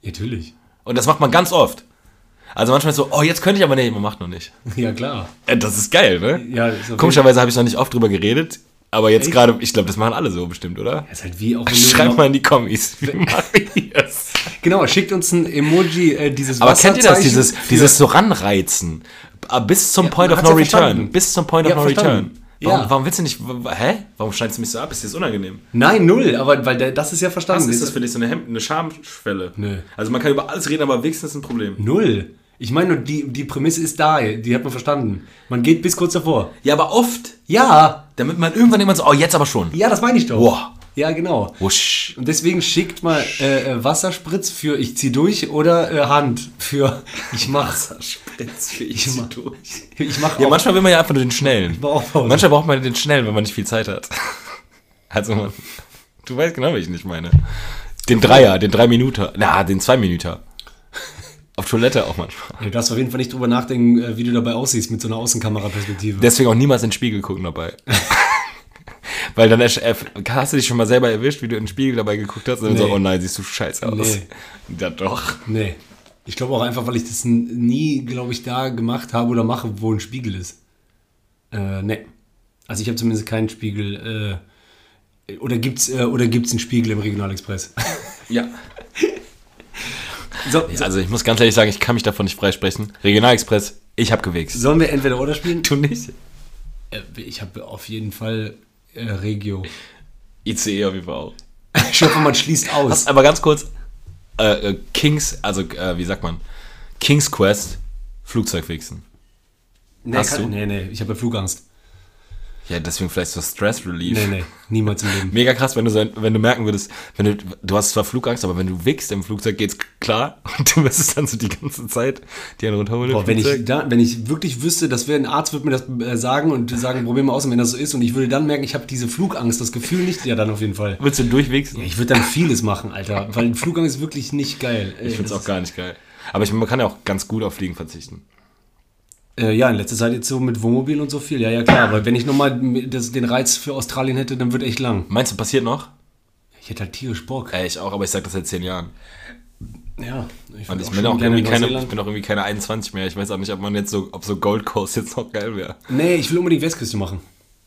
S2: Ja, natürlich.
S1: Und das macht man ganz oft. Also manchmal ist so, oh, jetzt könnte ich aber nee, man macht noch nicht.
S2: Ja, klar.
S1: Äh, Das ist geil, ne?
S2: Ja, ist auf jeden-
S1: Komischerweise habe ich noch nicht oft drüber geredet, aber jetzt gerade, ich glaube, das machen alle so bestimmt, oder?
S2: Das ist halt wie auch wenn du
S1: Schreib
S2: noch-
S1: mal in die
S2: <laughs>
S1: Kommis. Wie machen wir das?
S2: Genau, schickt uns ein Emoji, äh, dieses
S1: Aber kennt ihr das,
S2: Wasserzeichen
S1: dieses,
S2: für-
S1: dieses so ranreizen? Ah, Bis zum Point of
S2: hat's
S1: No
S2: ja
S1: Return.
S2: verstanden.
S1: Bis zum Point of
S2: Ja,
S1: No
S2: verstanden.
S1: Return. Warum,
S2: Ja.
S1: warum willst du nicht. w- w- Hä? Warum schneidest du mich so ab? Ist dir das unangenehm?
S2: Nein, null, aber weil der, das ist ja verstanden.
S1: Was ist das für dich? So eine, Hemd, eine Schamschwelle?
S2: Nö.
S1: Also man kann über alles reden, aber wenigstens ein Problem.
S2: null. Ich meine, nur die, die Prämisse ist da, die hat man verstanden. Man geht bis kurz davor.
S1: Ja, aber oft,
S2: Ja,
S1: damit man irgendwann immer so, oh, jetzt aber schon.
S2: ja, das meine ich doch.
S1: Boah.
S2: Ja, genau.
S1: Wusch.
S2: Und deswegen schickt mal äh, äh, Wasserspritz für ich zieh durch oder äh, Hand für <laughs> ich mach's.
S1: Spritz ich
S2: immer.
S1: durch.
S2: Ich mach
S1: Ja,
S2: auch.
S1: manchmal will man ja einfach nur den Schnellen.
S2: brauch Pause.
S1: Manchmal braucht man den Schnellen, wenn man nicht viel Zeit hat. <laughs> Also man, du weißt genau, welchen ich meine. Den Dreier, den drei Minuten, na, den zwei Minuten. Auf Toilette auch manchmal.
S2: Du darfst auf jeden Fall nicht drüber nachdenken, äh, wie du dabei aussiehst mit so einer Außenkameraperspektive.
S1: Deswegen auch niemals in den Spiegel gucken dabei. <laughs> Weil dann ersch- erf- hast du dich schon mal selber erwischt, wie du in den Spiegel dabei geguckt hast und dann
S2: Nee.
S1: so, oh nein, siehst du scheiße aus. Ja doch.
S2: Nee. Ich glaube auch einfach, weil ich das n- nie, glaube ich, da gemacht habe oder mache, wo ein Spiegel ist. Äh, nee. Also ich habe zumindest keinen Spiegel. Äh, oder gibt's äh, oder gibt's einen Spiegel im Regionalexpress?
S1: Ja.
S2: <laughs> So, so,
S1: Also ich muss ganz ehrlich sagen, ich kann mich davon nicht freisprechen. Regionalexpress, ich hab gewichst.
S2: sollen wir entweder oder spielen?
S1: Du nicht?
S2: Äh, ich habe auf jeden Fall äh, Regio.
S1: ICE E auf jeden Fall auch.
S2: Ich hoffe, man schließt aus.
S1: Aber ganz kurz, äh, äh, Kings, also äh, wie sagt man, Kings Quest, Flugzeugwichsen.
S2: Nee,
S1: hast du?
S2: nee, nee, ich habe ja Flugangst.
S1: Ja, deswegen vielleicht so Stress Relief.
S2: Nee, nee, niemals im
S1: <laughs>
S2: Leben.
S1: Mega krass, wenn du, so, wenn du merken würdest, wenn du, du hast zwar Flugangst, aber wenn du wickst im Flugzeug geht's klar <laughs> und du wirst es dann so die ganze Zeit dir einen runterholen. im
S2: Boah, wenn ich,
S1: Flugzeug.
S2: da, wenn ich wirklich wüsste, dass wir, ein Arzt würde mir das äh, sagen und sagen, probier mal aus, und wenn das so ist, und ich würde dann merken, ich habe diese Flugangst, das Gefühl nicht, ja dann auf jeden Fall.
S1: Willst du durchwichsen?
S2: Ich würde dann vieles machen, Alter, weil ein Fluggang ist wirklich nicht geil.
S1: Ich find's auch gar nicht geil. Aber ich, man kann ja auch ganz gut auf Fliegen verzichten.
S2: Äh, ja, in letzter Zeit jetzt so mit Wohnmobil und so viel. Ja, ja, klar. Aber wenn ich nochmal den Reiz für Australien hätte, dann wird echt lang.
S1: Meinst du, passiert noch?
S2: Ich hätte halt tierisch Bock.
S1: Äh, ich auch, aber ich sag das seit zehn Jahren.
S2: Ja. Ich,
S1: Und
S2: würd
S1: ich bin, auch
S2: schon gerne
S1: irgendwie keine, ich
S2: Neuseeland.
S1: bin auch irgendwie keine 21 mehr. Ich weiß auch nicht, ob man jetzt so, ob so Gold Coast jetzt noch geil wäre.
S2: Nee, ich will unbedingt Westküste machen.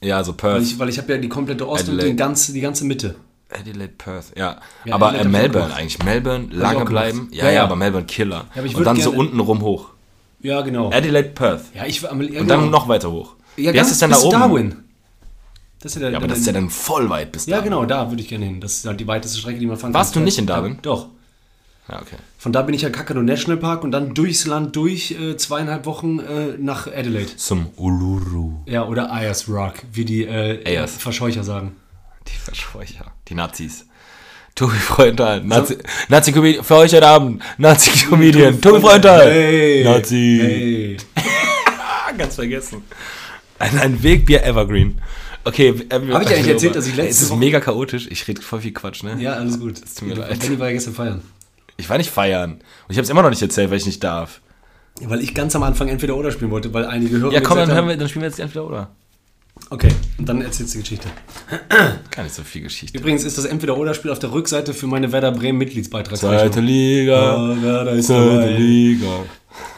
S1: Ja, so
S2: Weil
S1: Perth.
S2: ich, weil ich habe ja die komplette Ost- und
S1: Adelaide.
S2: die ganze, die ganze Mitte.
S1: Adelaide, Perth, ja.
S2: Ja,
S1: aber äh,
S2: Adelaide hab ich auch
S1: Melbourne
S2: gemacht.
S1: eigentlich. Melbourne, lange
S2: auch gemacht.
S1: bleiben. Ja,
S2: Ja,
S1: ja,
S2: ja.
S1: aber Melbourne Killer.
S2: aber ich
S1: und
S2: würd
S1: dann so
S2: gerne-
S1: unten rum hoch.
S2: Ja, genau.
S1: Adelaide, Perth.
S2: ja, ich war am
S1: Und dann noch weiter hoch.
S2: Ja,
S1: Wie heißt
S2: ganz
S1: es denn da
S2: bis
S1: oben?
S2: Darwin. Das ist ja, der,
S1: Ja, aber
S2: der,
S1: das ist ja dann voll weit bis da.
S2: ja, genau, da würde ich gerne hin. Das ist halt die weiteste Strecke, die man fahren
S1: Warst
S2: kann.
S1: du nicht in Darwin?
S2: Doch.
S1: Ja, okay.
S2: Von da bin ich ja Kakadu Nationalpark und dann durchs Land durch äh, zweieinhalb Wochen äh, nach Adelaide.
S1: Zum Uluru.
S2: Ja, oder Ayers Rock, wie die äh,
S1: Ayers.
S2: Verscheucher sagen.
S1: Die Verscheucher. Die Nazis. Tobi Freudenthal. Nazi, Nazi Comedian. Für euch heute Abend. Nazi Comedian. Tobi Freudenthal.
S2: Hey,
S1: Nazi.
S2: Hey.
S1: Ah, ganz vergessen. Ein, ein Wegbier Evergreen. Okay, äh, also,
S2: Hab ich dir eigentlich erzählt, dass ich letzte
S1: Es ist
S2: Woche-
S1: mega chaotisch. Ich rede voll viel Quatsch, ne?
S2: Ja, alles gut. Es
S1: tut mir leid.
S2: Benny war ja gestern feiern.
S1: Ich war nicht feiern. Und ich habe es immer noch nicht erzählt, weil ich nicht darf.
S2: Ja, weil ich ganz am Anfang entweder oder spielen wollte, weil einige Hörer.
S1: Ja,
S2: mir
S1: komm, dann,
S2: gesagt
S1: hören wir, dann spielen wir jetzt entweder oder.
S2: haben- Okay, und dann erzählst du die Geschichte.
S1: Gar nicht so viel Geschichte.
S2: Übrigens ist das entweder oder Spiel auf der Rückseite für meine Werder Bremen Mitgliedsbeitragsrechnung.
S1: Zweite Liga.
S2: Oh, Werder ist
S1: Zweite
S2: dabei.
S1: Liga.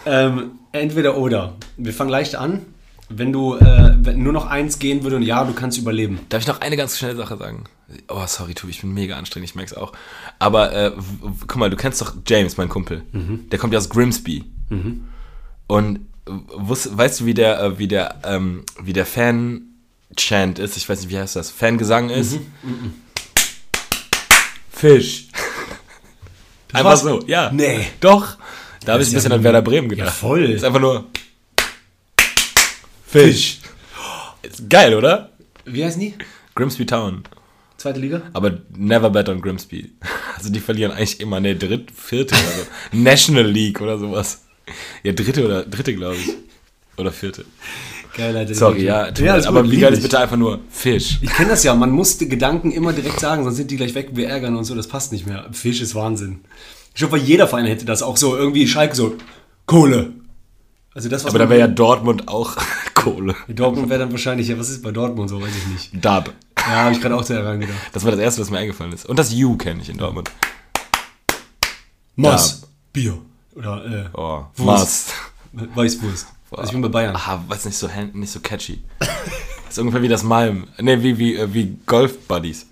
S2: Ähm, entweder oder. Wir fangen leicht an. Wenn du äh, wenn nur noch eins gehen würde und ja, du kannst überleben.
S1: Darf ich noch eine ganz schnelle Sache sagen? Oh, sorry, Tobi, ich bin mega anstrengend, ich merk's auch. Aber äh, w- w- guck mal, du kennst doch James, mein Kumpel.
S2: Mhm.
S1: Der kommt ja aus Grimsby. Und äh, wusst, weißt du, wie der, äh, wie der, ähm, wie der Fan-Chant ist? Ich weiß nicht, wie heißt das? Fangesang ist?
S2: Mhm.
S1: Fisch. <laughs> Einfach
S2: war's?
S1: so, ja.
S2: Nee.
S1: Doch. Da habe ich ein
S2: ist
S1: bisschen
S2: ja
S1: an Werder Bremen gedacht.
S2: Ja, voll.
S1: Ist einfach nur Fisch. Ist geil, oder?
S2: Wie heißen die?
S1: Grimsby Town.
S2: Zweite Liga?
S1: Aber never bet on Grimsby. <laughs> Also die verlieren eigentlich immer eine dritt, vierte oder <laughs> so. National League oder sowas. Ja, dritte oder dritte, glaube ich. Oder vierte.
S2: Geil, Alter.
S1: Sorry, ja. tut mir
S2: ja
S1: leid,
S2: ist
S1: aber
S2: gut,
S1: wie
S2: lieb
S1: geil ist
S2: ich.
S1: bitte einfach nur Fisch.
S2: Ich kenne das ja, man muss die Gedanken immer direkt sagen, sonst sind die gleich weg, wir ärgern uns so, das passt nicht mehr. Fisch ist Wahnsinn. Ich glaube, jeder Verein hätte das auch so, irgendwie Schalke so, Kohle. Also das, was
S1: Aber da wäre ja Dortmund auch <laughs> Kohle.
S2: Dortmund wäre dann wahrscheinlich, ja, was ist bei Dortmund so, weiß ich nicht.
S1: Dab.
S2: Ja, habe ich gerade auch daran gedacht.
S1: Das war das Erste, was mir eingefallen ist. Und das U kenne ich in Dortmund.
S2: Moss, Bier. Oder äh,
S1: Oh,
S2: Wurst.
S1: Mars.
S2: Weißwurst. Also ich bin bei Bayern.
S1: Ah, weiß nicht so, hand- nicht so catchy. <laughs> ist ungefähr wie das Malm. Ne, wie, wie, äh, wie Golf Buddies.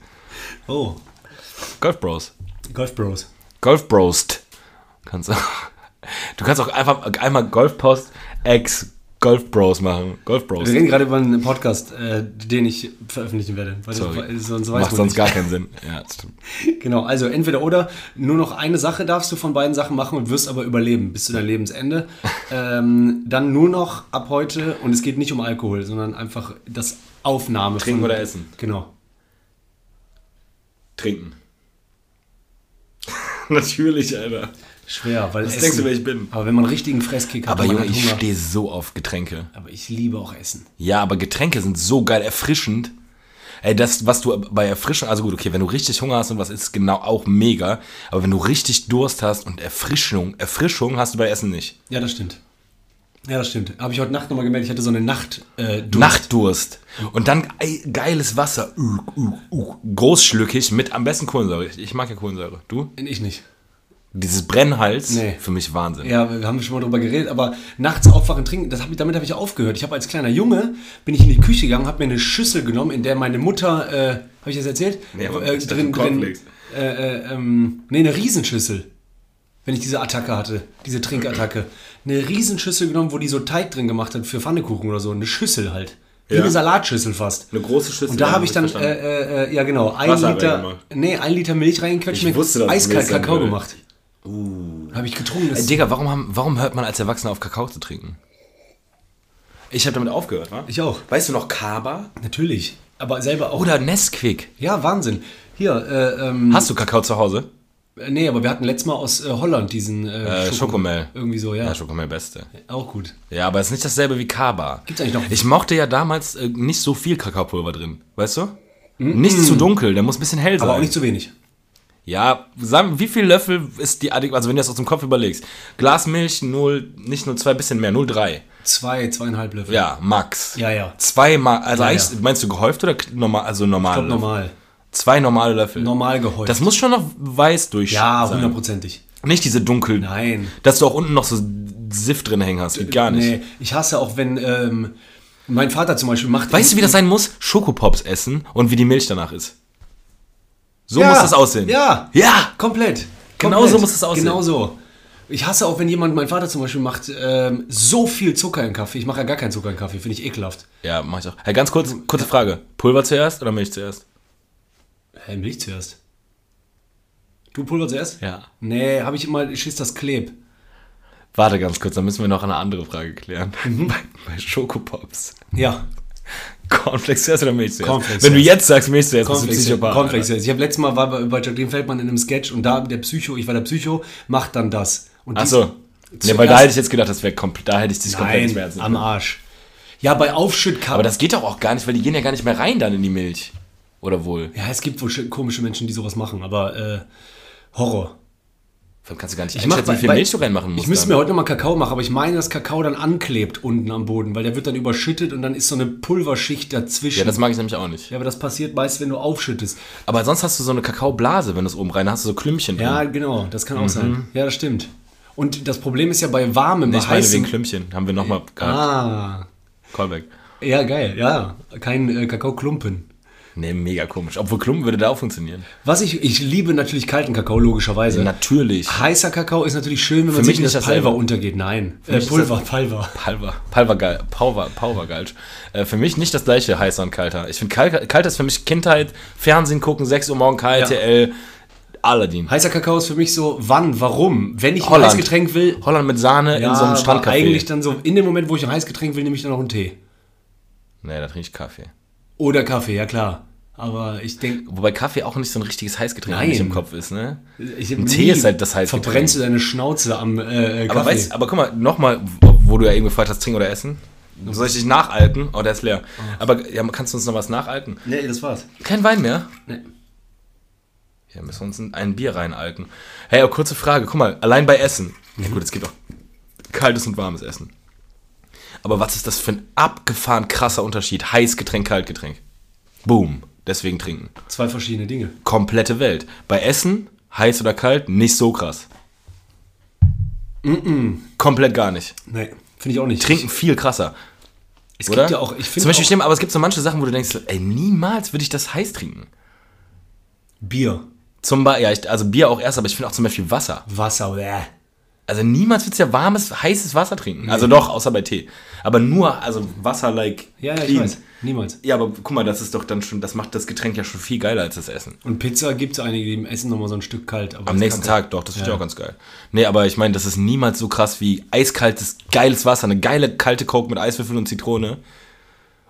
S2: Oh,
S1: Golf Bros.
S2: Golf Bros.
S1: Golf Brost. Kannst du. Du kannst auch einfach einmal Golfpost ex Golf Bros machen. Golf Bros.
S2: Wir reden gerade über einen Podcast, äh, den ich veröffentlichen werde. Weil
S1: Sorry.
S2: Das, sonst weiß
S1: Macht
S2: man
S1: sonst
S2: nicht.
S1: gar keinen
S2: <laughs>
S1: Sinn. Ja, das stimmt.
S2: Genau, also entweder oder, nur noch eine Sache darfst du von beiden Sachen machen und wirst aber überleben bis zu
S1: <laughs>
S2: deinem Lebensende. ähm, dann nur noch ab heute, und es geht nicht um Alkohol, sondern einfach das Aufnahme.
S1: Trinken oder essen?
S2: Genau. <laughs>
S1: Trinken. Natürlich, Alter.
S2: Schwer, weil Was Essen,
S1: denkst du, wer ich bin?
S2: Aber wenn man einen richtigen Fresskick hat,
S1: Aber
S2: und man
S1: Junge,
S2: hat
S1: ich
S2: Hunger.
S1: stehe so auf Getränke.
S2: aber ich liebe auch Essen.
S1: Ja, aber Getränke sind so geil erfrischend. Ey, das, was du bei Erfrischen, also gut, okay, wenn du richtig Hunger hast und was ist, genau auch mega. Aber wenn du richtig Durst hast und Erfrischung, Erfrischung hast du bei Essen nicht.
S2: Ja, das stimmt. Ja, das stimmt. Habe ich heute Nacht nochmal gemerkt, ich hatte so eine Nacht. Äh, Durst.
S1: Nachtdurst. Und dann ei- geiles Wasser. Uh, uh, uh. Großschlückig mit am besten Kohlensäure. Ich, ich mag ja Kohlensäure. Du?
S2: Ich nicht.
S1: Dieses Brennhals,
S2: Nee.
S1: für mich Wahnsinn.
S2: Ja, wir haben schon mal drüber geredet, aber nachts aufwachen, trinken, das hab ich, damit habe ich aufgehört. Ich habe als kleiner Junge, bin ich in die Küche gegangen, habe mir eine Schüssel genommen, in der meine Mutter, äh, habe ich das erzählt?
S1: Nee, aber
S2: äh,
S1: ich dachte, Cornflakes.
S2: äh, äh, ähm, nee, eine Riesenschüssel, wenn ich diese Attacke hatte, diese Trinkattacke. Eine Riesenschüssel genommen, wo die so Teig drin gemacht hat für Pfannekuchen oder so, eine Schüssel halt. Wie
S1: Ja.
S2: eine Salatschüssel fast.
S1: Eine große Schüssel.
S2: Und da
S1: ja,
S2: habe ich dann,
S1: verstanden.
S2: äh, äh, ja genau, ein
S1: Wasser
S2: Liter,
S1: reingemacht.
S2: nee, ein Liter Milch reingequetscht,
S1: Ich wusste, dass es
S2: eiskalt
S1: Milch sein
S2: Kakao
S1: würde. Äh,
S2: gemacht. Uh. Habe ich getrunken. Das
S1: Ey, Digga, warum, haben, warum hört man als Erwachsener auf Kakao zu trinken? Ich habe damit aufgehört, wa?
S2: Ich auch.
S1: Weißt du noch Kaba?
S2: Natürlich. Aber selber auch.
S1: Oder Nesquik?
S2: Ja, Wahnsinn. Hier, äh, ähm,
S1: Hast du Kakao zu Hause?
S2: äh, nee, aber wir hatten letztes Mal aus äh, Holland diesen äh,
S1: Äh, Schokomel.
S2: Irgendwie so, ja.
S1: Ja, Schokomel Beste.
S2: auch gut.
S1: Ja, aber es ist nicht dasselbe wie Kaba.
S2: Gibt's eigentlich noch-
S1: Ich mochte ja damals äh, nicht so viel Kakaopulver drin, weißt du? Nicht zu dunkel, der muss ein bisschen hell sein.
S2: Mhm. Aber auch nicht zu wenig.
S1: Ja, sagen, wie viel Löffel ist die Addic, also wenn du das aus dem Kopf überlegst, Glas Milch 0, nicht 0,2, bisschen mehr, 0,3.
S2: Zwei, zweieinhalb Löffel.
S1: Ja, Max.
S2: Ja, ja.
S1: Zwei Mal, also
S2: Ja,
S1: eigentlich,
S2: ja.
S1: meinst du gehäuft oder k- normal, also normal?
S2: Kommt normal.
S1: Zwei normale Löffel.
S2: Normal gehäuft.
S1: Das muss schon noch weiß durch
S2: ja,
S1: sein.
S2: hundertprozentig.
S1: Nicht diese dunkel,
S2: Nein.
S1: dass du auch unten noch so Sift drin hängen hast, geht gar nicht.
S2: Nee, ich hasse auch, wenn ähm, Mein Vater zum Beispiel macht.
S1: Weißt du, wie das sein muss? Schokopops essen und wie die Milch danach ist. So
S2: Ja.
S1: muss das aussehen.
S2: Ja.
S1: Ja.
S2: Komplett.
S1: Genau
S2: Komplett.
S1: so muss es aussehen.
S2: Genau so. Ich hasse auch, wenn jemand, mein Vater zum Beispiel, macht ähm, so viel Zucker in Kaffee. Ich mache ja gar keinen Zucker in Kaffee, finde ich ekelhaft.
S1: Ja, mach ich auch. Hey, ganz kurz, kurze Frage. Pulver zuerst oder Milch zuerst?
S2: Hä, Milch zuerst. Du Pulver zuerst?
S1: Ja.
S2: Nee, habe ich immer, schiss das Kleb.
S1: Warte ganz kurz, dann müssen wir noch eine andere Frage klären.
S2: Mhm.
S1: Bei, bei Schokopops.
S2: Ja.
S1: Cornflakes zuerst oder Milch zuerst?
S2: Cornflakes
S1: Wenn du
S2: zuerst.
S1: jetzt sagst Milch zuerst, bist du
S2: Cornflakes.
S1: Psychopath.
S2: Cornflakes. Ich habe letztes Mal war bei, bei Jacqueline Feldmann in einem Sketch und da der Psycho, ich war der Psycho, macht dann das. Und die-
S1: Achso. Ja,
S2: Zuerst-
S1: weil da hätte ich jetzt gedacht, das wäre komplett, da hätte ich dich komplett ins
S2: Nein,
S1: Herzen.
S2: am Arsch. Ja, bei Aufschüttkappen.
S1: ne? Aber das geht doch auch gar nicht, weil die gehen ja gar nicht mehr rein dann in die Milch. Oder wohl?
S2: ja, es gibt wohl sch- komische Menschen, die sowas machen, aber äh, Horror.
S1: Warum kannst du gar nicht
S2: mach
S1: einschätzen, wie
S2: bei-
S1: viel
S2: bei-
S1: Milch du reinmachen musst?
S2: Ich müsste
S1: dann?
S2: mir heute nochmal Kakao machen, aber ich meine, dass Kakao dann anklebt unten am Boden, weil der wird dann überschüttet und dann ist so eine Pulverschicht dazwischen.
S1: ja, das mag ich nämlich auch nicht.
S2: Ja, aber das passiert meist, wenn du aufschüttest.
S1: Aber sonst hast du so eine Kakaoblase, wenn du es oben rein hast, du so Klümpchen drin.
S2: Ja, genau, das
S1: Mhm.
S2: kann auch sein. Ja, das stimmt. Und das Problem ist ja bei warmem,
S1: ich
S2: bei
S1: meine wegen
S2: heißem...
S1: Klümpchen, haben wir nochmal gehabt.
S2: Ah,
S1: Callback.
S2: ja, geil, ja. Kein äh, Kakaoklumpen.
S1: Nee, mega komisch. Obwohl Klumpen würde da auch funktionieren.
S2: Was ich... Ich liebe natürlich kalten Kakao, logischerweise.
S1: Natürlich.
S2: Heißer Kakao ist natürlich schön, wenn man
S1: Für
S2: sieht,
S1: mich
S2: wie
S1: ist das
S2: das Pulver
S1: selber.
S2: untergeht. Nein,
S1: mich
S2: äh,
S1: ist
S2: Pulver, Pulver.
S1: Palver. Palvergal. Palver, Palvergalsch. Äh, für mich nicht das gleiche heißer und kalter. Ich finde, kal kalter ist für mich Kindheit, Fernsehen gucken, 6 Uhr morgen KRTL, Aladdin.
S2: Heißer Kakao ist für mich so, wann, warum? Wenn ich ein
S1: Holland.
S2: Heißgetränk will,
S1: Holland mit Sahne in so einem
S2: aber
S1: Strandcafé.
S2: Eigentlich dann so, in dem Moment, wo ich ein Heißgetränk will, nehme ich dann noch einen Tee.
S1: nee, da trinke ich Kaffee.
S2: Oder Kaffee, ja klar. Aber ich denke,
S1: Wobei Kaffee auch nicht so ein richtiges Heißgetränk
S2: Nein.
S1: eigentlich im Kopf ist, ne?
S2: ich
S1: Ein Tee ist halt das Heißgetränk.
S2: Verbrennst du deine Schnauze am äh, äh, Kaffee.
S1: Aber weißt, aber guck mal, nochmal, wo du ja eben gefragt hast, trinken oder essen. Soll ich dich nachalten? Oh, der ist leer. Aber ja, kannst du uns noch was nachalten?
S2: nee, das war's.
S1: Kein Wein mehr?
S2: Nee.
S1: Ja, müssen wir uns in ein Bier reinalken. Hey, aber kurze Frage. Guck mal, allein bei Essen. Ja gut, es gibt auch kaltes und warmes Essen. Aber was ist das für ein abgefahren krasser Unterschied? Heißgetränk, Kaltgetränk. Boom. Deswegen trinken.
S2: Zwei verschiedene Dinge.
S1: Komplette Welt. Bei Essen, heiß oder kalt, nicht so krass. Komplett gar nicht.
S2: Nee, finde ich auch nicht.
S1: Trinken viel krasser.
S2: Es
S1: Oder?
S2: gibt ja auch, ich
S1: Zum
S2: finde
S1: Beispiel,
S2: auch
S1: stimmt, aber es gibt so manche Sachen, wo du denkst, ey, niemals würde ich das heiß trinken.
S2: Bier,
S1: Zum Beispiel, ja, ich, also Bier auch erst, aber ich finde auch zum Beispiel Wasser.
S2: Wasser, bäh.
S1: Also niemals willst du ja warmes, heißes Wasser trinken. Also doch, außer bei Tee. Aber nur, also Wasser like
S2: Ja, ja, ich
S1: clean.
S2: weiß. Niemals.
S1: Ja, aber guck mal, das ist doch dann schon, das macht das Getränk ja schon viel geiler als das Essen.
S2: Und Pizza gibt es einige, die essen nochmal so ein Stück kalt. Aber
S1: Am nächsten Tag, doch, das finde ich auch ganz geil. Nee, aber ich meine, das ist niemals so krass wie eiskaltes, geiles Wasser, eine geile kalte Coke mit Eiswürfeln und Zitrone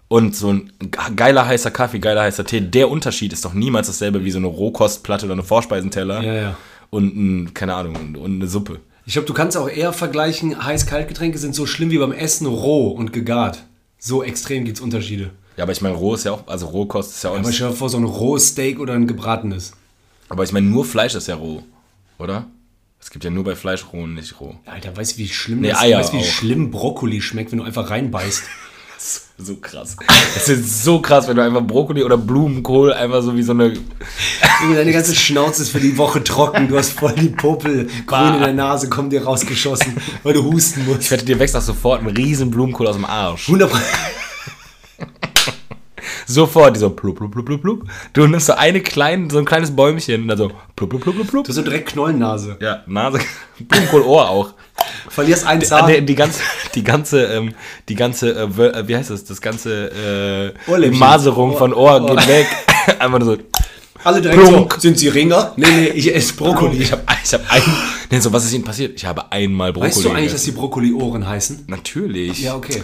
S1: und so ein ge- geiler heißer Kaffee, geiler heißer Tee. Der Unterschied ist doch niemals dasselbe wie so eine Rohkostplatte oder eine Vorspeisenteller
S2: Ja, ja.
S1: und ein, keine Ahnung, und, und eine Suppe.
S2: Ich glaube, du kannst auch eher vergleichen, Heiß-Kaltgetränke sind so schlimm wie beim Essen roh und gegart. So extrem gibt es Unterschiede.
S1: Ja, aber ich meine, roh ist ja auch, also Rohkost ist ja auch
S2: Aber
S1: nicht
S2: stell dir vor, so ein rohes Steak oder ein gebratenes.
S1: Aber ich meine, nur Fleisch ist ja roh, oder? Es gibt ja nur bei Fleisch roh und nicht roh.
S2: Alter, weißt du, wie schlimm
S1: Nee,
S2: das
S1: Eier
S2: weißt, du, wie
S1: auch.
S2: schlimm Brokkoli schmeckt, wenn du einfach reinbeißt?
S1: So krass. <laughs> Es ist so krass, wenn du einfach Brokkoli oder Blumenkohl einfach so wie so eine.
S2: Junge, Deine ganze Schnauze ist für die Woche trocken. Du hast voll die Popel. Grün in der Nase, kommen dir rausgeschossen, weil du husten
S1: Ich
S2: musst.
S1: wette, dir wächst auch sofort ein riesen Blumenkohl aus dem Arsch.
S2: Wunderbar.
S1: Sofort dieser blub, blub, blub, blub, blub. Du nimmst so eine kleine, so ein kleines Bäumchen und dann so blub, blub, blub, blub,
S2: Du
S1: blub.
S2: hast so direkt Knollennase.
S1: Ja, Nase, <laughs> Blumenkohlohr auch.
S2: Verlierst einen
S1: Ah,
S2: Zahn.
S1: nee, die ganze, die ganze, ähm, die ganze, äh, Wö- äh, wie heißt das? Das ganze äh,
S2: Ohrläppchen.
S1: Maserung von Ohr
S2: Ohr.
S1: geht weg. <laughs> Einfach nur so.
S2: Alle direkt
S1: Plunk.
S2: so. Sind sie Ringer? Nee, nee, ich esse Brokkoli.
S1: Ich habe ich hab ein. Nee, so, was ist Ihnen passiert? Ich habe einmal Brokkoli.
S2: Weißt du eigentlich, dass
S1: gegessen.
S2: die Brokkoli-Ohren heißen?
S1: Natürlich.
S2: Ja, okay.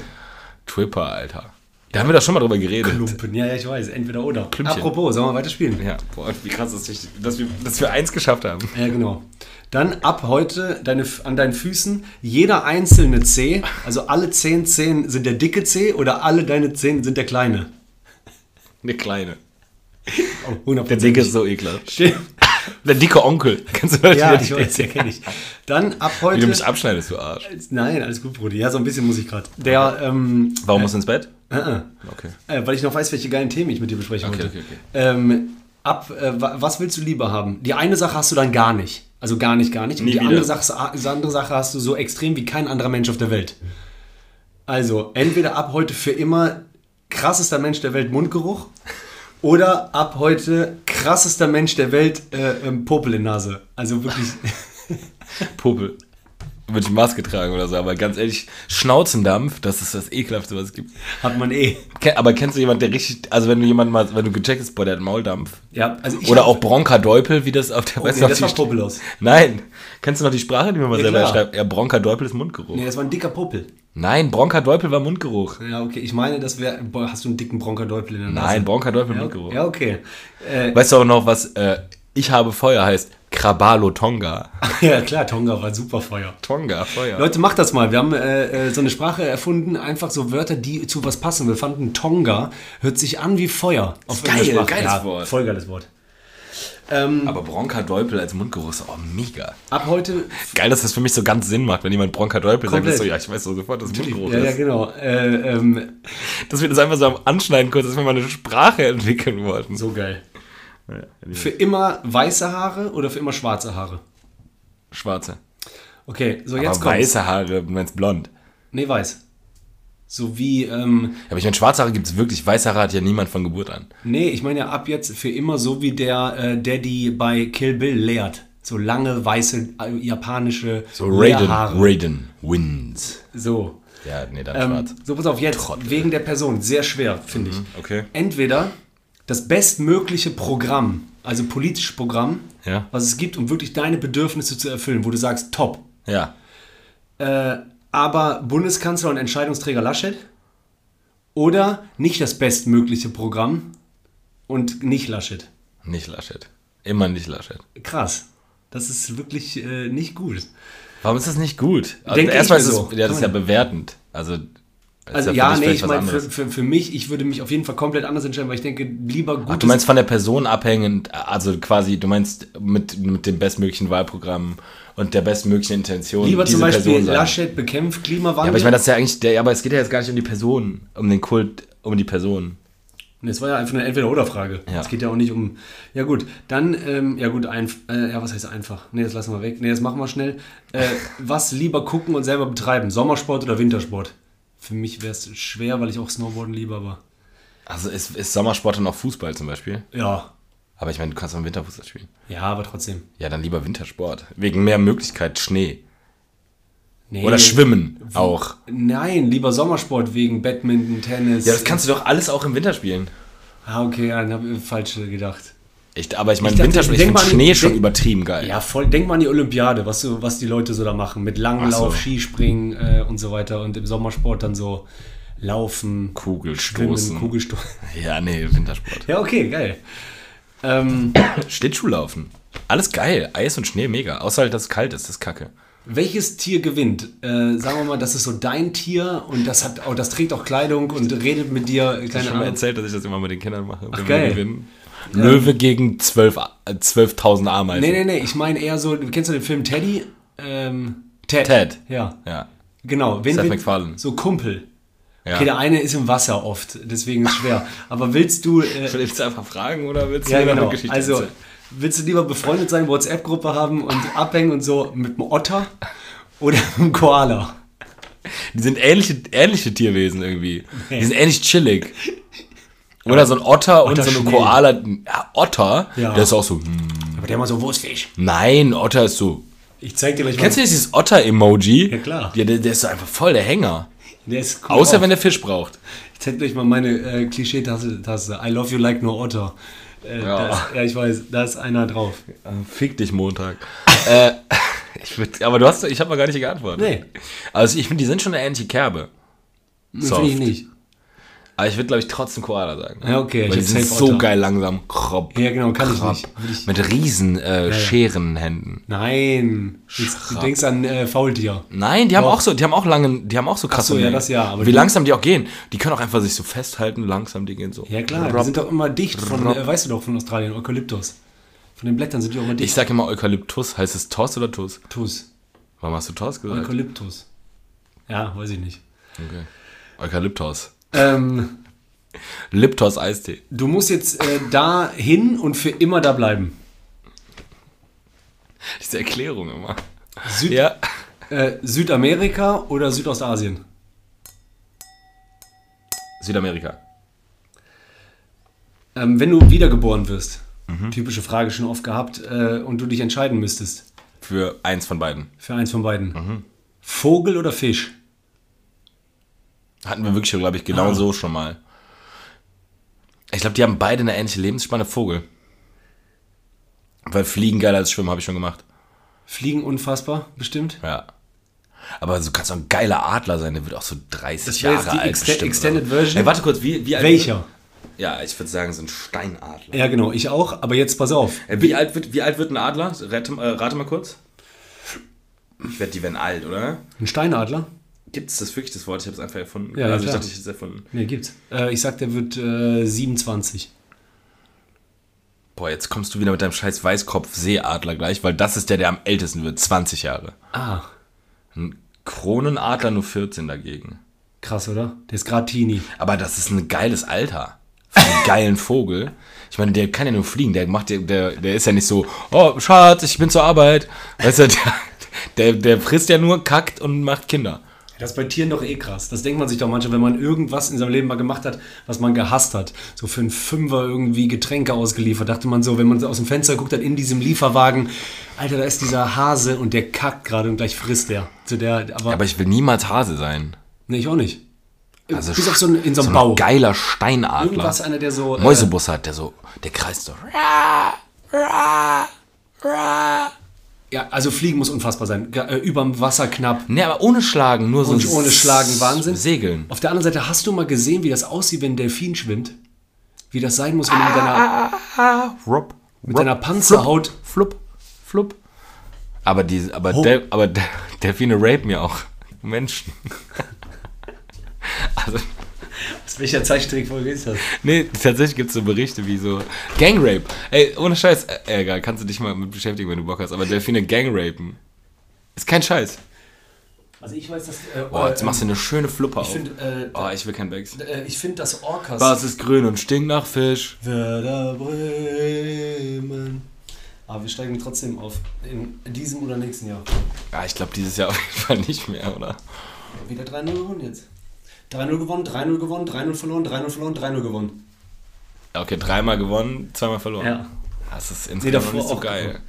S1: Tripper, Alter. Da haben wir doch schon mal drüber geredet.
S2: Klumpen, ja, ja, ich weiß. Entweder oder.
S1: Klümpchen.
S2: Apropos, sollen wir weiterspielen?
S1: Ja, boah, wie krass, dass, ich, dass, wir, dass wir eins geschafft haben.
S2: Ja, genau. Dann ab heute deine, F- an deinen Füßen jeder einzelne Zeh, also alle zehn Zehen sind der dicke Zeh oder alle deine Zehen sind der kleine.
S1: Eine kleine.
S2: Oh,
S1: Der
S2: 100%.
S1: dicke ist so ekelhaft.
S2: Stimmt.
S1: <laughs> Der dicke Onkel. Kannst du das
S2: Ja,
S1: wieder-
S2: ich weiß, der kenne ich. Dann ab
S1: Wie du
S2: heute.
S1: mich abschneidest, du Arsch.
S2: Nein, alles gut, Brudi. Ja, so ein bisschen muss ich gerade. Der, ähm,
S1: Warum musst du ins Bett?
S2: äh,
S1: Okay.
S2: äh, weil ich noch weiß, welche geilen Themen ich mit dir besprechen
S1: Okay,
S2: wollte.
S1: okay, okay.
S2: Ähm, ab, äh, wa- was willst du lieber haben? Die eine Sache hast du dann gar nicht. Also gar nicht, gar nicht. Und
S1: Nie
S2: die
S1: wieder.
S2: andere Sache, die andere Sache hast du so extrem wie kein anderer Mensch auf der Welt. Also, entweder ab heute für immer krassester Mensch der Welt Mundgeruch oder ab heute krassester Mensch der Welt äh, ähm, Popel in Nase. Also wirklich. <laughs>
S1: Popel. Würde ich Maske tragen oder so, aber ganz ehrlich, Schnauzendampf, das ist das ekelhafte, was es gibt.
S2: Hat man eh.
S1: Ke- Aber kennst du jemanden, der richtig, also wenn du jemanden mal, wenn du gecheckt hast, boah, der hat Mauldampf.
S2: Ja, also ich
S1: Oder
S2: hab-
S1: auch Bronca-Deupel, wie das auf der,
S2: nee,
S1: noch
S2: das
S1: die
S2: war
S1: St-
S2: Popelus.
S1: Nein. Kennst du noch die Sprache, die man mal
S2: Ja,
S1: selber
S2: klar.
S1: schreibt? Ja, Bronca-Deupel ist Mundgeruch.
S2: Nee, das war ein dicker Popel.
S1: Nein, Bronca-Deupel war Mundgeruch.
S2: Ja, okay. Ich meine, das wäre. Boah, hast du einen dicken Bronkadeupel in der Nase?
S1: Nein, Bronca-Deupel
S2: Ja,
S1: Mundgeruch.
S2: ja okay. Äh, <laughs>
S1: Weißt du auch noch, was äh, Ich habe Feuer heißt? Krabalo
S2: <laughs>
S1: Tonga.
S2: ja, klar, Tonga war super Feuer.
S1: Tonga, Feuer.
S2: Leute, macht das mal. Wir haben äh, äh, so eine Sprache erfunden, einfach so Wörter, die zu was passen. Wir fanden Tonga hört sich an wie Feuer. Auf
S1: Geil,
S2: irgendeine Sprache.
S1: geiles
S2: ja,
S1: Wort.
S2: Voll geiles Wort. Ähm,
S1: Aber Bronca-Deupel als Mundgeruch ist auch mega.
S2: ab heute.
S1: Geil, dass das für mich so ganz Sinn macht, wenn jemand Bronca-Deupel sagt,
S2: Komplett.
S1: ist so, ja, ich weiß so sofort, dass es Mundgeruch
S2: Ja, ja,
S1: ist.
S2: genau. Äh, ähm,
S1: Dass wir das einfach so am Anschneiden kurz, dass wir mal eine Sprache entwickeln wollten. So.
S2: so geil.
S1: Ja,
S2: Für immer weiße Haare oder für immer schwarze Haare?
S1: Schwarze.
S2: Okay, so
S1: Aber
S2: jetzt kommt's.
S1: weiße Haare, du meinst blond.
S2: Nee, weiß. So wie, ähm,
S1: Ja, aber ich meine, schwarze Haare gibt es wirklich. Weiße Haare hat ja niemand von Geburt an.
S2: nee, ich meine ja ab jetzt für immer so wie der äh, Daddy bei Kill Bill lehrt. So lange weiße äh, japanische
S1: So Raiden,
S2: Haare.
S1: Raiden wins.
S2: So.
S1: Ja, nee, dann
S2: Ähm,
S1: schwarz.
S2: so, pass auf, jetzt wegen der Person. Sehr schwer, finde ich.
S1: Mhm, okay.
S2: Entweder das bestmögliche Programm, also politisches Programm,
S1: Ja.
S2: was es gibt, um wirklich deine Bedürfnisse zu erfüllen, wo du sagst, top.
S1: Ja.
S2: Äh, aber Bundeskanzler und Entscheidungsträger Laschet oder nicht das bestmögliche Programm und nicht Laschet.
S1: Nicht Laschet. Immer nicht Laschet.
S2: Krass. Das ist wirklich äh, nicht gut.
S1: Warum ist das nicht gut? Also
S2: Denke ich
S1: erstmal
S2: mir
S1: ist es,
S2: so.
S1: ja, das ist ja
S2: Kann man-
S1: bewertend. Also, das
S2: Also
S1: ist
S2: ja,
S1: für dich
S2: nee,
S1: vielleicht
S2: ich
S1: was
S2: meine, für,
S1: anderes.
S2: für, für mich, ich würde mich auf jeden Fall komplett anders entscheiden, weil ich denke, lieber gut.
S1: Ach, du meinst von der Person abhängend, also quasi, du meinst mit, mit dem bestmöglichen Wahlprogramm und der bestmöglichen Intention
S2: lieber zum Beispiel
S1: Person sein.
S2: Laschet bekämpft Klimawandel.
S1: Ja, aber ich meine, das ist ja eigentlich, der, ja, aber es geht ja jetzt gar nicht um die Person, um den Kult, um die Person.
S2: Nee, Es war ja einfach eine Entweder-Oder-Frage.
S1: Ja.
S2: Es geht ja auch nicht um. Ja, gut, dann, ähm, ja, gut, ein, äh, ja, was heißt einfach? Nee, das lassen wir weg. Nee, das machen wir schnell. Äh,
S1: <laughs>
S2: was lieber gucken und selber betreiben? Sommersport oder Wintersport? Für mich wäre es schwer, weil ich auch Snowboarden lieber war.
S1: Also ist, ist Sommersport dann auch Fußball zum Beispiel?
S2: Ja.
S1: Aber ich meine, du kannst auch im Winter Fußball spielen.
S2: Ja, aber trotzdem.
S1: Ja, dann lieber Wintersport. Wegen mehr Möglichkeit, Schnee.
S2: Nee.
S1: Oder Schwimmen auch.
S2: Nein, lieber Sommersport wegen Badminton, Tennis.
S1: Ja, das kannst du doch alles auch im Winter spielen.
S2: Ah, okay, ja, dann habe ich falsch gedacht.
S1: Ich, aber ich meine,
S2: Ich dachte,
S1: Wintersport, ich
S2: denk
S1: finde
S2: mal an-
S1: Schnee schon
S2: denk-
S1: übertrieben geil.
S2: Ja, voll. Denk mal an die Olympiade, was, so, was die Leute so da machen. Mit Langlauf,
S1: Ach so.
S2: Skispringen äh, und so weiter. Und im Sommersport dann so Laufen,
S1: Kugelstoßen.
S2: Schwimmen, Kugelstoß.
S1: Ja, nee, Wintersport.
S2: <laughs> Ja, okay, geil. Ähm,
S1: Schlittschuhlaufen. Alles geil. Eis und Schnee, mega. Außer halt, dass es kalt ist, das ist kacke.
S2: welches Tier gewinnt? Äh, sagen wir mal, das ist so dein Tier und das, hat, auch, das trägt auch Kleidung und redet mit dir. äh, Keine
S1: Ich habe
S2: Ahnung.
S1: erzählt, dass ich das immer mit den Kindern mache. Ach,
S2: geil.
S1: Löwe gegen 12 A- äh, 12.000 Ameisen.
S2: Nee, nee, nee, ich meine eher so, du kennst du den Film Teddy? Ähm, Ted.
S1: Ted.
S2: Ja,
S1: Ja.
S2: genau. Wen
S1: Seth
S2: wen-
S1: MacFarlane.
S2: So Kumpel.
S1: ja.
S2: Okay, der eine ist im Wasser oft, deswegen ist es
S1: <laughs>
S2: schwer. Aber willst du... Äh,
S1: Willst du einfach fragen oder willst du
S2: Ja,
S1: mir noch
S2: genau.
S1: eine Geschichte
S2: Also,
S1: erzählen?
S2: willst du lieber befreundet sein, WhatsApp-Gruppe haben und abhängen und so mit einem Otter oder mit einem Koala?
S1: Die sind ähnliche, ähnliche Tierwesen irgendwie. Die sind ähnlich chillig. Oder so ein Otter, und so eine
S2: Schnee.
S1: Koala. Ja, Otter,
S2: Ja.
S1: der ist auch so, hm,
S2: Aber der mal so Wurstfisch.
S1: nein, Otter ist so.
S2: Ich zeig dir gleich mal.
S1: Kennst du dieses Otter-Emoji?
S2: Ja, klar.
S1: Ja, der, der ist so einfach voll der Hänger.
S2: Der ist cool
S1: Außer
S2: drauf.
S1: wenn der Fisch braucht.
S2: Ich zeig gleich mal meine äh, Klischee-Taste. Taste. I love you like no Otter. Äh,
S1: Ja.
S2: Da ist, ja, ich weiß, da ist einer drauf.
S1: Fick dich Montag. <laughs> äh, ich würd, aber du hast, ich habe mal gar nicht geantwortet.
S2: Nee.
S1: Also ich finde, die sind schon eine ähnliche Kerbe.
S2: Das
S1: Soft.
S2: finde ich nicht.
S1: Aber ich würde, glaube ich, trotzdem Koala sagen.
S2: Ja, okay, ich
S1: Weil die
S2: hab
S1: sind
S2: safe
S1: so
S2: Otter.
S1: geil langsam. Kropp,
S2: Ja, genau, kann ich
S1: kropp.
S2: nicht. Will ich-
S1: Mit riesen äh, Scherenhänden.
S2: Nein. Jetzt, du denkst an äh, Faultier.
S1: Nein, die haben auch so, die haben auch lange, die haben auch so krasse.
S2: so, ja,
S1: Längen.
S2: das ja, aber
S1: Wie
S2: die-
S1: langsam die auch gehen. Die können auch einfach sich so festhalten, langsam, die gehen so.
S2: Ja, klar, die
S1: Rob.
S2: sind doch immer dicht von, äh, weißt du doch, von Australien, Eukalyptus. Von den Blättern sind die auch immer
S1: Ich
S2: dicht.
S1: sag immer Eukalyptus. Heißt es Tos oder Tus?
S2: Tus.
S1: Warum hast du Tos gesagt?
S2: Eukalyptus. Ja, weiß ich nicht.
S1: okay. Eukalyptos.
S2: Ähm,
S1: Liptos Eistee.
S2: du musst jetzt äh, da hin und für immer da bleiben.
S1: Diese Erklärung immer.
S2: Süd,
S1: Ja.
S2: äh, Südamerika oder Südostasien?
S1: Südamerika.
S2: Ähm, wenn du wiedergeboren wirst, typische Frage schon oft gehabt, äh, und du dich entscheiden müsstest
S1: Für eins von beiden.
S2: für eins von beiden. Vogel oder Fisch?
S1: Hatten wir wirklich, glaube ich,
S2: Ah.
S1: genau so schon mal. Ich glaube, die haben beide eine ähnliche Lebensspanne Vogel. Weil Fliegen geiler als Schwimmen habe ich schon gemacht.
S2: Fliegen unfassbar, bestimmt.
S1: Ja. Aber so kannst du ein geiler Adler sein, der wird auch so 30
S2: Das wäre
S1: Jahre
S2: jetzt die
S1: alt.
S2: Exte-
S1: bestimmt oder
S2: Extended
S1: so.
S2: Version.
S1: Ey, warte kurz, wie, wie alt?
S2: Welcher?
S1: Ja, ich würde sagen, so ein Steinadler.
S2: Ja, genau, ich auch, aber jetzt pass auf.
S1: Äh, Wie alt wird, wie alt wird ein Adler? Rate, äh, rate mal kurz. Ich werde die werden alt, oder?
S2: Ein Steinadler?
S1: Gibt es das wirklich, das Wort? Ich habe es einfach erfunden.
S2: Ja, ja,
S1: also ich
S2: klar.
S1: dachte, ich hätte es erfunden.
S2: Nee, gibt's. Äh, ich sag, der wird äh, 27.
S1: Boah, jetzt kommst du wieder mit deinem scheiß Weißkopf-Seeadler gleich, weil das ist der, der am ältesten wird. 20 Jahre.
S2: Ah,
S1: Ein Kronenadler nur 14 dagegen.
S2: krass, oder? Der ist grad Teenie.
S1: Aber das ist ein geiles Alter. Für einen <laughs> geilen Vogel. Ich meine, der kann ja nur fliegen. Der macht, ja- der, der ist ja nicht so, oh, Schatz, ich bin zur Arbeit. Weißt du, <laughs> der, der, der frisst ja nur, kackt und macht Kinder.
S2: Das ist bei Tieren doch eh krass. Das denkt man sich doch manchmal, wenn man irgendwas in seinem Leben mal gemacht hat, was man gehasst hat. So für einen Fünfer irgendwie Getränke ausgeliefert. Dachte man so, wenn man aus dem Fenster guckt, hat in diesem Lieferwagen, Alter, da ist dieser Hase und der kackt gerade und gleich frisst der. Zu der aber,
S1: Aber ich will niemals Hase sein.
S2: nee, ich auch nicht.
S1: Also
S2: Bis auf so einen, in so einem
S1: ein
S2: Bau.
S1: geiler Steinadler.
S2: Irgendwas, einer, der so. Äh,
S1: Mäusebus hat, der so, der kreist so.
S2: ja, also fliegen muss unfassbar sein. Ge- Äh, überm Wasser knapp.
S1: Nee, aber ohne Schlagen, nur so.
S2: Und ohne Schlagen Wahnsinn.
S1: Segeln.
S2: Auf der anderen Seite hast du mal gesehen, wie das aussieht, wenn ein Delfin schwimmt? Wie das sein muss, wenn du mit deiner,
S1: Rup,
S2: mit deiner Panzerhaut.
S1: Flup, flup. Aber, die, aber, Del, aber Del, Delfine rapen ja auch Menschen. <laughs> also,
S2: <laughs> Aus welcher Zeichentrickfolge ist das?
S1: nee, tatsächlich gibt es so Berichte wie so Gangrape. Ey, ohne Scheiß. Äh, egal, kannst du dich mal mit beschäftigen, wenn du Bock hast. Aber Delfine gangrapen. Ist kein Scheiß.
S2: Also ich weiß, dass. Äh,
S1: Boah, jetzt machst du eine schöne Fluppe auf.
S2: find, äh,
S1: oh, ich will kein Bags.
S2: äh, ich finde, dass Orcas.
S1: Was ist grün und stinkt nach Fisch?
S2: Werder Bremen. Aber wir steigen trotzdem auf. In diesem oder nächsten Jahr.
S1: Ja, ich glaube dieses Jahr auf jeden Fall nicht mehr, oder?
S2: Wieder 3-0 gewonnen jetzt. 3-0 gewonnen, 3-0 gewonnen, 3-0 verloren, 3-0 verloren, 3-0 gewonnen.
S1: Ja, Okay, dreimal gewonnen, zweimal verloren. Das ist
S2: Nee,
S1: insgesamt
S2: davor
S1: nicht so
S2: auch
S1: geil.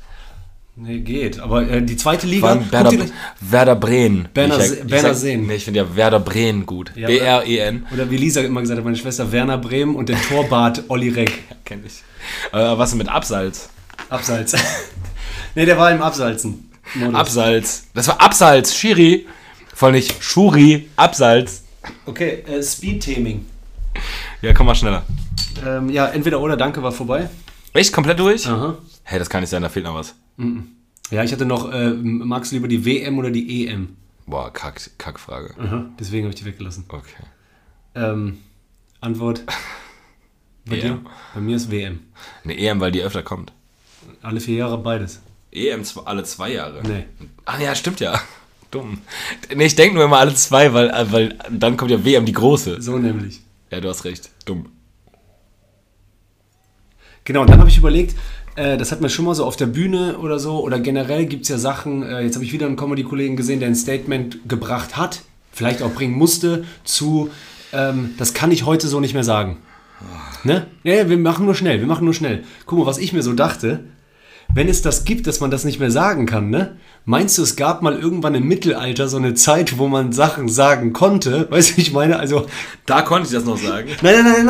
S2: Nee, geht. Aber äh, die zweite
S1: Vor
S2: Liga.
S1: allem Werder,
S2: guck dir gleich-
S1: Werder Bremen.
S2: Werner
S1: ich,
S2: Se- Werner
S1: ich,
S2: Seen.
S1: Nee, ich finde ja Werder Bremen gut. E
S2: Ja,
S1: B-R-E-N.
S2: Oder wie Lisa immer gesagt hat, meine Schwester Werner Bremen und der Torbart Olli Reck.
S1: Kenn ich. Äh, was denn mit Absalz?
S2: Abseits. <laughs> ne, der war im Absalzen. Modus.
S1: Absalz. Das war Absalz. Schiri. Voll nicht. Schuri. Absalz.
S2: okay, äh, Speed-Taming.
S1: Ja, komm mal schneller.
S2: Ähm, ja, entweder oder Danke war vorbei.
S1: Echt? Komplett durch?
S2: Aha.
S1: Hey, das kann nicht sein, da fehlt noch was.
S2: Mhm. Ja, ich hatte noch, äh, magst du lieber die WM oder die EM?
S1: Boah, Kack, Kackfrage.
S2: Aha. Deswegen habe ich die weggelassen.
S1: Okay.
S2: Ähm, <laughs> Antwort. Bei
S1: EM.
S2: dir? Bei mir ist WM.
S1: Eine EM, weil die öfter kommt.
S2: Alle vier Jahre beides.
S1: EM zw- alle zwei Jahre.
S2: Nee.
S1: Ach ja, stimmt ja. <laughs> Dumm. Nee, ich denke nur immer alle zwei, weil, äh, weil dann kommt ja WM die große.
S2: So nämlich.
S1: Ja, du hast recht. Dumm.
S2: Genau, und dann habe ich überlegt, äh, das hat man schon mal so auf der Bühne oder so, oder generell gibt es ja Sachen, äh, jetzt habe ich wieder einen Comedy-Kollegen gesehen, der ein Statement gebracht hat, vielleicht auch bringen musste, zu, ähm, das kann ich heute so nicht mehr sagen. Ne? Ja, ja, wir machen nur schnell, wir machen nur schnell. Guck mal, was ich mir so dachte, wenn es das gibt, dass man das nicht mehr sagen kann, ne? Meinst du, es gab mal irgendwann im Mittelalter so eine Zeit, wo man Sachen sagen konnte? Weißt du, wie ich meine, also
S1: Da konnte ich das noch sagen.
S2: Nein, nein, nein,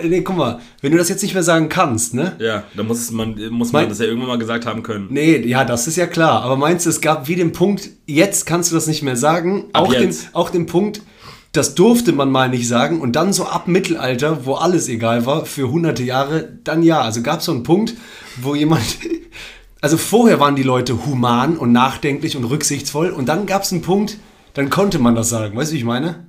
S2: nein. Nee, guck mal, wenn du das jetzt nicht mehr sagen kannst, ne?
S1: Ja, da muss es- man, muss man
S2: Mein-
S1: das ja irgendwann mal gesagt haben können.
S2: Nee, ja, das ist ja klar. Aber meinst du, es gab wie den Punkt, jetzt kannst du das nicht mehr sagen?
S1: Ab
S2: Auch den,
S1: jetzt.
S2: auch den Punkt, das durfte man mal nicht sagen. Und dann so ab Mittelalter, wo alles egal war, für hunderte Jahre, dann ja. Also gab es so einen Punkt, wo jemand. <laughs> Also vorher waren die Leute human und nachdenklich und rücksichtsvoll. Und dann gab es einen Punkt, dann konnte man das sagen. Weißt du, wie ich meine?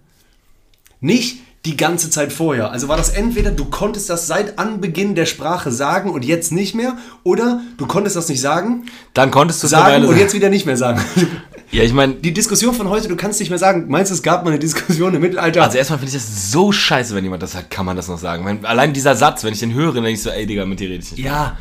S2: Nicht die ganze Zeit vorher. Also war das entweder, du konntest das seit Anbeginn der Sprache sagen und jetzt nicht mehr, oder du konntest das nicht sagen
S1: Dann konntest du es eine
S2: sagen
S1: Weile
S2: und
S1: sagen.
S2: jetzt wieder nicht mehr sagen. <laughs>
S1: Ja, ich meine,
S2: Die Diskussion von heute, du kannst nicht mehr sagen. Meinst du, es gab mal eine Diskussion im Mittelalter?
S1: also erstmal finde ich das so scheiße, wenn jemand das sagt, kann man das noch sagen. Wenn, allein dieser Satz, wenn ich den höre, dann denke ich so, ey Digga, mit dir rede ich nicht.
S2: ja,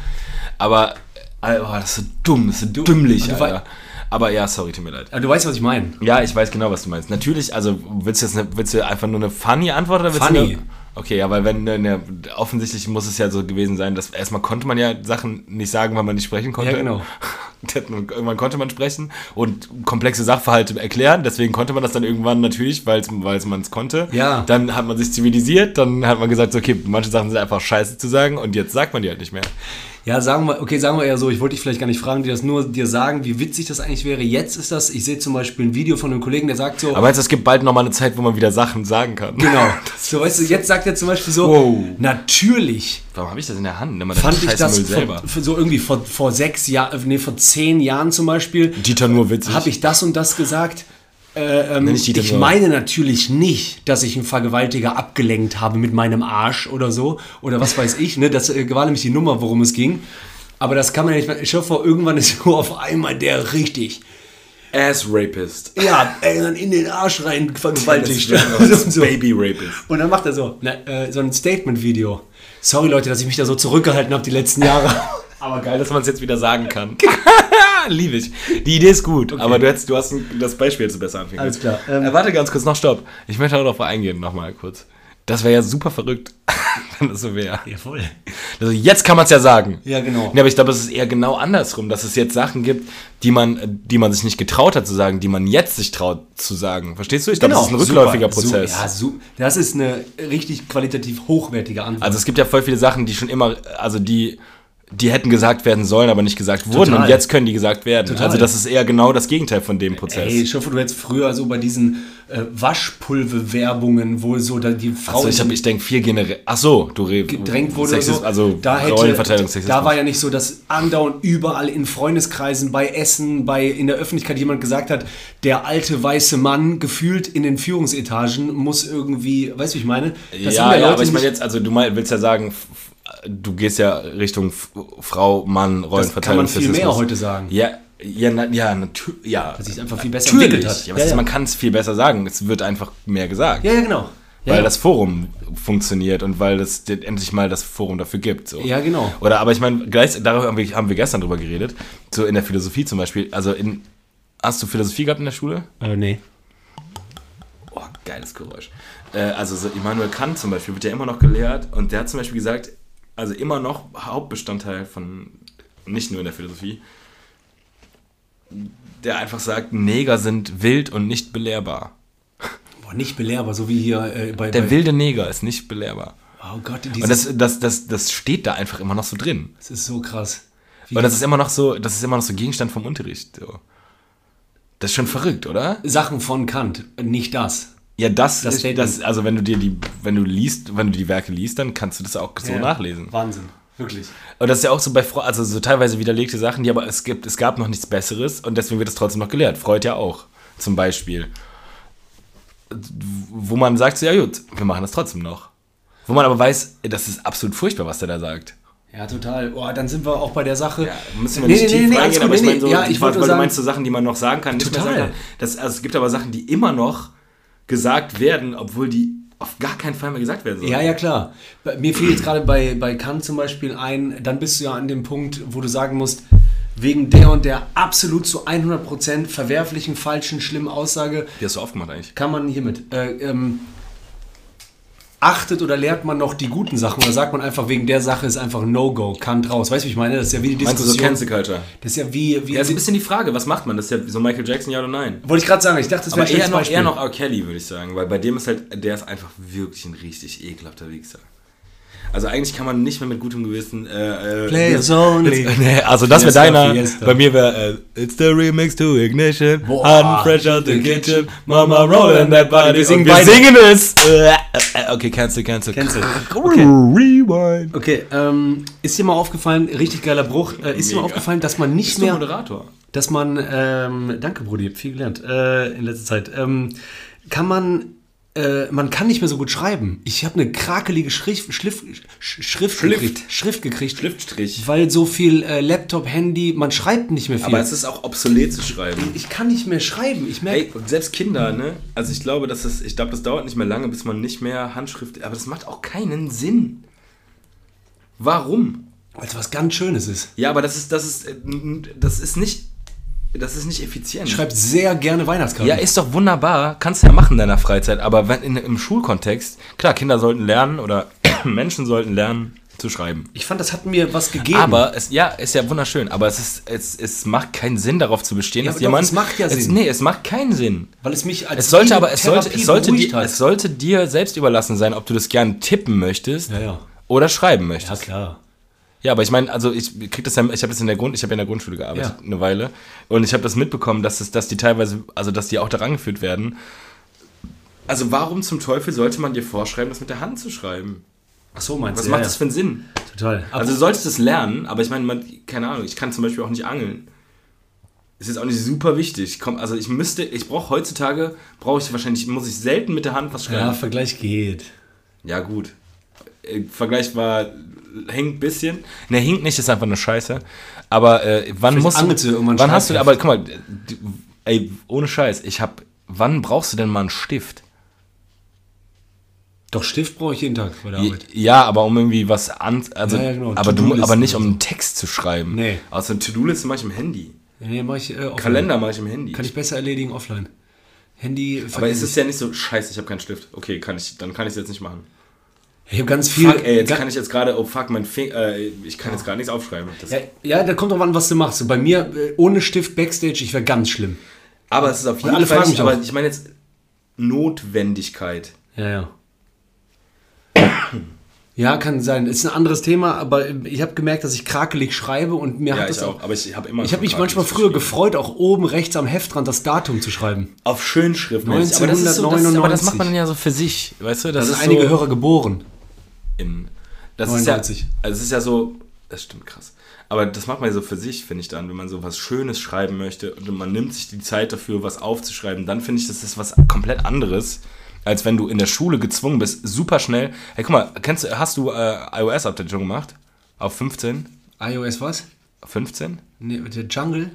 S1: Aber, äh, oh, das ist so dumm, das ist so dümmlich,
S2: du wei-
S1: Alter. Aber ja, sorry, tut mir leid.
S2: Aber du weißt, was ich meine.
S1: Ja, ich weiß genau, was du meinst. Natürlich, also willst du jetzt eine, willst du einfach nur eine funny Antwort oder willst du
S2: Funny.
S1: eine, Okay, ja, weil wenn ne, offensichtlich muss es ja so gewesen sein, dass erstmal konnte man ja Sachen nicht sagen, weil man nicht sprechen konnte.
S2: Ja,
S1: <laughs>
S2: genau.
S1: Irgendwann konnte man sprechen und komplexe Sachverhalte erklären, deswegen konnte man das dann irgendwann natürlich, weil man es konnte.
S2: Ja.
S1: Dann hat man sich zivilisiert, dann hat man gesagt, so, okay, manche Sachen sind einfach scheiße zu sagen und jetzt sagt man die halt nicht mehr.
S2: Ja, sagen wir, okay, sagen wir eher so, ich wollte dich vielleicht gar nicht fragen, die das nur dir sagen, wie witzig das eigentlich wäre. Jetzt ist das, ich sehe zum Beispiel ein Video von einem Kollegen, der sagt so,
S1: Aber jetzt, es gibt bald nochmal eine Zeit, wo man wieder Sachen sagen kann.
S2: genau, so weißt du, jetzt sagt er zum Beispiel so,
S1: Wow.
S2: natürlich
S1: <laughs> Warum habe ich das in der Hand? Nimm mal
S2: fand
S1: deinen
S2: ich
S1: scheiß
S2: das
S1: Müll
S2: vor, so irgendwie vor, vor sechs Jahren, nee, vor zehn Jahren zum Beispiel,
S1: Dieter nur witzig.
S2: habe ich das und das gesagt. Äh, ähm,
S1: Nenn ich die
S2: ich
S1: dann nur.
S2: meine natürlich nicht, dass ich einen Vergewaltiger abgelenkt habe mit meinem Arsch oder so. Oder was weiß ich. Ne? Das äh, war nämlich die Nummer, worum es ging. Aber das kann man ja nicht mehr. Ich hoffe, irgendwann ist <laughs> so auf einmal der richtig.
S1: Ass Rapist. <laughs>
S2: Ja, ey, dann in den Arsch rein vergewaltigt. <laughs> und, so.
S1: Baby Rapist.
S2: und dann macht er so, ne, äh, so ein Statement-Video. Sorry, Leute, dass ich mich da so zurückgehalten habe die letzten Jahre.
S1: Aber geil, dass man es jetzt wieder sagen
S2: <laughs>
S1: kann. <laughs> Liebe ich. Die Idee ist gut, aber du, hättest, du hast ein, das Beispiel jetzt besser anfangen
S2: Alles
S1: können.
S2: klar, ähm.
S1: äh, warte ganz kurz, noch stopp. Ich möchte darauf eingehen, nochmal kurz. Das wäre ja super verrückt, <laughs> wenn das so wäre.
S2: Jawohl.
S1: Also jetzt kann man es ja sagen.
S2: Ja, genau.
S1: Nee, aber ich glaube, es ist eher genau andersrum, dass es jetzt Sachen gibt, die man, die man sich nicht getraut hat zu sagen, die man jetzt sich traut zu sagen. Verstehst du? Ich glaube,
S2: Genau.
S1: das ist ein rückläufiger
S2: Super, su-
S1: Prozess.
S2: Ja, su- das ist eine richtig qualitativ hochwertige Antwort.
S1: Also es gibt ja voll viele Sachen, die schon immer, also die, die hätten gesagt werden sollen, aber nicht gesagt wurden.
S2: Total.
S1: Und jetzt können die gesagt werden.
S2: Total.
S1: Also das ist eher genau Also das Gegenteil von dem Prozess.
S2: Ey, ich hoffe, du hättest früher so bei diesen äh, Waschpulver-Werbungen, wo so da die Frau
S1: also ich, hab- ich denke viel generell. Ach so, du re-
S2: gedrängt wurde.
S1: Sexis-
S2: oder so,
S1: also
S2: da hätte,
S1: Rollenverteilung,
S2: Da
S1: Sexismus.
S2: war ja nicht so, dass andauernd überall in Freundeskreisen, bei Essen, bei in der Öffentlichkeit jemand gesagt hat, der alte weiße Mann gefühlt in den Führungsetagen muss irgendwie, weißt du, wie ich meine? Das
S1: ja,
S2: haben
S1: ja, aber ich
S2: nicht-
S1: meine jetzt, also du mein, willst ja sagen, f- f- du gehst ja Richtung f- Frau, Mann, Rollenverteilung.
S2: viel mehr
S1: Sexismus.
S2: heute sagen.
S1: Ja, ja, na, ja, natürlich. Ja,
S2: dass sich einfach viel besser
S1: natürlich.
S2: entwickelt
S1: Ja,
S2: hat.
S1: was heißt, Man kann es viel besser sagen. Es wird einfach mehr gesagt.
S2: ja, ja, genau. Ja,
S1: weil
S2: ja.
S1: das Forum funktioniert und weil es de- endlich mal das Forum dafür gibt. So.
S2: Ja, genau.
S1: Oder aber ich meine, gleich darüber haben wir, haben wir gestern drüber geredet, so in der Philosophie zum Beispiel. Also in hast du Philosophie gehabt in der Schule?
S2: Äh, nee.
S1: Oh, geiles Geräusch. Äh, also so Immanuel Kant zum Beispiel wird ja immer noch gelehrt und der hat zum Beispiel gesagt, also immer noch Hauptbestandteil von, nicht nur in der Philosophie, der einfach sagt, Neger sind wild und nicht belehrbar.
S2: Boah, nicht belehrbar, so wie hier äh, bei.
S1: Der
S2: bei
S1: wilde Neger ist nicht belehrbar.
S2: oh Gott,
S1: Und
S2: dieses, das,
S1: das, das, das, das steht da einfach immer noch so drin.
S2: ist so krass. Wie-
S1: Und das ist immer noch so, das ist immer noch so Gegenstand vom Unterricht. So. Das ist schon verrückt, oder?
S2: Sachen von Kant, nicht das.
S1: Ja, das,
S2: Das
S1: ist,
S2: Statement.
S1: das also wenn du dir die, wenn du liest, wenn du die Werke liest, dann kannst du das auch so nachlesen.
S2: Wahnsinn, wirklich.
S1: Und das ist ja auch so bei Freud, also so teilweise widerlegte Sachen, die aber es gibt, es gab noch nichts Besseres und deswegen wird es trotzdem noch gelehrt. Freud ja auch, zum Beispiel. Wo man sagt, so, ja gut, wir machen das trotzdem noch. Wo man aber weiß, das ist absolut furchtbar, was der da sagt.
S2: Ja, total. Oh, dann sind wir auch bei der Sache.
S1: Ja, müssen wir nicht tief reingehen,
S2: alles
S1: aber
S2: gut,
S1: ich
S2: nee,
S1: meine so,
S2: nee. ja, ich
S1: weil,
S2: wollte
S1: weil
S2: nur
S1: du
S2: sagen,
S1: meinst so Sachen, die man noch sagen kann, nicht mehr
S2: Total.
S1: sagen kann. Das, also es gibt aber Sachen, die immer noch gesagt werden, obwohl die auf gar keinen Fall mehr gesagt werden sollen.
S2: ja, ja, klar. Bei- Mir fiel jetzt gerade bei, bei Kant zum Beispiel ein, dann bist du ja an dem Punkt, wo du sagen musst, wegen der und der absolut zu 100% verwerflichen, falschen, schlimmen Aussage
S1: Die hast du oft gemacht eigentlich.
S2: kann man hiermit. Äh, ähm, achtet oder lehrt man noch die guten Sachen oder sagt man einfach, wegen der Sache ist einfach ein No-Go, Kant raus. Weißt du, wie ich meine? Das ist ja wie die
S1: Meinst du
S2: Diskussion.
S1: so Cancel Culture?
S2: das ist ja wie. wie
S1: Ja, so ein bisschen die Frage, was macht man? Das ist ja so Michael Jackson, ja oder nein?
S2: wollte ich gerade sagen, ich dachte, das
S1: Aber
S2: wäre ein
S1: eher
S2: schlechtes
S1: noch,
S2: Beispiel.
S1: eher noch R. Kelly, würde ich sagen, weil bei dem ist halt, der ist einfach wirklich ein richtig ekelhafter Wichser. Also eigentlich kann man nicht mehr mit gutem Gewissen. Äh, äh,
S2: Players only.
S1: <laughs> Nee, also das wäre
S2: Fiesta,
S1: deiner.
S2: Fiesta.
S1: Bei mir wäre äh, It's the remix to ignition.
S2: Boah.
S1: Hot and fresh out the kitchen. Mama rolling that body.
S2: Wir singen
S1: Und
S2: beide.
S1: es. Äh, äh, Okay, cancel, cancel.
S2: Cancel.
S1: Rewind.
S2: Okay, ähm, ist dir mal aufgefallen, richtig geiler Bruch, äh, ist dir mal
S1: Mega.
S2: aufgefallen, dass man nicht
S1: Bist du
S2: mehr,
S1: Moderator?
S2: dass man, ähm, danke Brudi, hab viel gelernt äh, in letzter Zeit, ähm, kann man, äh, man kann nicht mehr so gut schreiben. Ich habe eine krakelige Schrift, Schliff, Sch Schrift,
S1: Schlift.
S2: gekriegt, Schrift gekriegt,
S1: Schriftstrich.
S2: weil so viel äh, Laptop, Handy, man schreibt nicht mehr viel.
S1: Aber es ist auch obsolet zu schreiben.
S2: ich kann nicht mehr schreiben, ich merke,
S1: Ey, und selbst Kinder, ne? Also ich glaube, dass das, ich glaube, das dauert nicht mehr lange, bis man nicht mehr Handschrift. Aber das macht auch keinen Sinn. Warum?
S2: weil es was ganz Schönes ist.
S1: Ja, aber das ist, das ist, äh, n- das ist nicht Das ist nicht effizient.
S2: Schreibt sehr gerne Weihnachtskarten.
S1: Ja, ist doch wunderbar. Kannst ja machen in deiner Freizeit. Aber wenn in, im Schulkontext, klar, Kinder sollten lernen oder <clears throat> Menschen sollten lernen zu schreiben.
S2: ich fand, das hat mir was gegeben.
S1: Aber es, ja, ist ja wunderschön. Aber es ist, es, es macht keinen Sinn, darauf zu bestehen,
S2: Ja,
S1: dass
S2: aber doch,
S1: jemand.
S2: es macht ja
S1: es,
S2: Sinn.
S1: Nee, es macht keinen Sinn.
S2: weil es mich als
S1: Es sollte
S2: Liebe
S1: aber, es sollte,
S2: Therapie
S1: es, sollte
S2: beruhigt
S1: die,
S2: hat.
S1: es sollte dir selbst überlassen sein, ob du das gerne tippen möchtest
S2: Ja, ja.
S1: oder schreiben
S2: ja,
S1: möchtest. Ja,
S2: klar.
S1: aber ich meine, also ich krieg das ja, ich habe das in der Grund, ich habe ja in der Grundschule gearbeitet
S2: Ja.
S1: eine Weile und ich habe das mitbekommen, dass es, dass die teilweise, also dass die auch da rangeführt werden. Also warum zum Teufel sollte man dir vorschreiben, das mit der Hand zu schreiben?
S2: Ach so, meinst
S1: Was
S2: du?
S1: macht
S2: ja,
S1: das für einen Sinn?
S2: ja. Total. Aber
S1: Also du solltest es lernen, aber ich meine, man, keine Ahnung, ich kann zum Beispiel auch nicht angeln. Ist jetzt auch nicht super wichtig. Komm, also ich müsste, ich brauche heutzutage, brauche ich wahrscheinlich, muss ich selten mit der Hand was schreiben.
S2: ja, Vergleich geht.
S1: Ja, gut. Äh, Vergleich war, hängt ein bisschen. Ne, hinkt nicht, ist einfach eine Scheiße. Aber äh, wann
S2: Vielleicht
S1: musst
S2: angelst du
S1: du.
S2: irgendwann
S1: Wann hast du.
S2: Schreibheft.
S1: Aber guck mal, äh, du- ey, ohne Scheiß, ich hab. Wann brauchst du denn mal einen Stift?
S2: Doch Stift brauche ich jeden Tag bei der
S1: J-
S2: Arbeit.
S1: Ja, aber um irgendwie was an. Also,
S2: Ja, ja, genau,
S1: aber, du,
S2: To-Do-Listen
S1: aber nicht um
S2: oder
S1: einen Text zu schreiben.
S2: Nee.
S1: Also, eine To-Do-Liste mache ich im Handy.
S2: Ja, nee, mache ich äh, offline.
S1: Kalender mache ich im Handy.
S2: Kann ich besser erledigen offline. Handy
S1: aber
S2: vergesse
S1: es ist ja nicht so, scheiße, ich habe keinen Stift. Okay, kann ich, dann kann ich es jetzt nicht machen.
S2: ich. Ich habe ganz viel.
S1: Fuck, ey, jetzt
S2: ga- Ah.
S1: kann ich jetzt gerade, oh fuck, mein Fing, äh, ich kann jetzt gerade nichts aufschreiben. Das
S2: ja, ja, da kommt drauf an, was du machst. So, bei mir äh, ohne Stift Backstage, ich wäre ganz schlimm.
S1: Aber es ist auf jeden
S2: alle
S1: Fall.
S2: fragen
S1: nicht-
S2: mich
S1: aber
S2: auch.
S1: ich meine jetzt Notwendigkeit.
S2: Ja, ja. Ja, kann sein. Ist ein anderes Thema, aber ähm, ich habe gemerkt, dass ich krakelig schreibe und mir
S1: Ja,
S2: hat das
S1: ich
S2: auch.
S1: auch. Aber ich habe immer.
S2: Ich habe mich
S1: schon
S2: manchmal
S1: Karten
S2: früher
S1: geschrieben.
S2: gefreut, auch oben rechts am Heftrand das Datum zu schreiben.
S1: Auf Schönschrift. mäßig. Aber das, ist so, das,
S2: 1999.
S1: aber das macht man ja so für sich, weißt du? Das,
S2: Da sind
S1: ist
S2: einige
S1: so
S2: Hörer geboren.
S1: In, das
S2: 99.
S1: ist ja. Also es ist ja so. Das stimmt krass. Aber das macht man ja so für sich, finde ich dann, wenn man so was Schönes schreiben möchte und man nimmt sich die Zeit dafür, was aufzuschreiben, dann finde ich, das ist was komplett anderes, als wenn du in der Schule gezwungen bist, super schnell. Hey, guck mal, kennst, du- hast du äh, iOS-Update schon gemacht? Auf 15?
S2: iOS was?
S1: 15?
S2: Nee, der Jungle?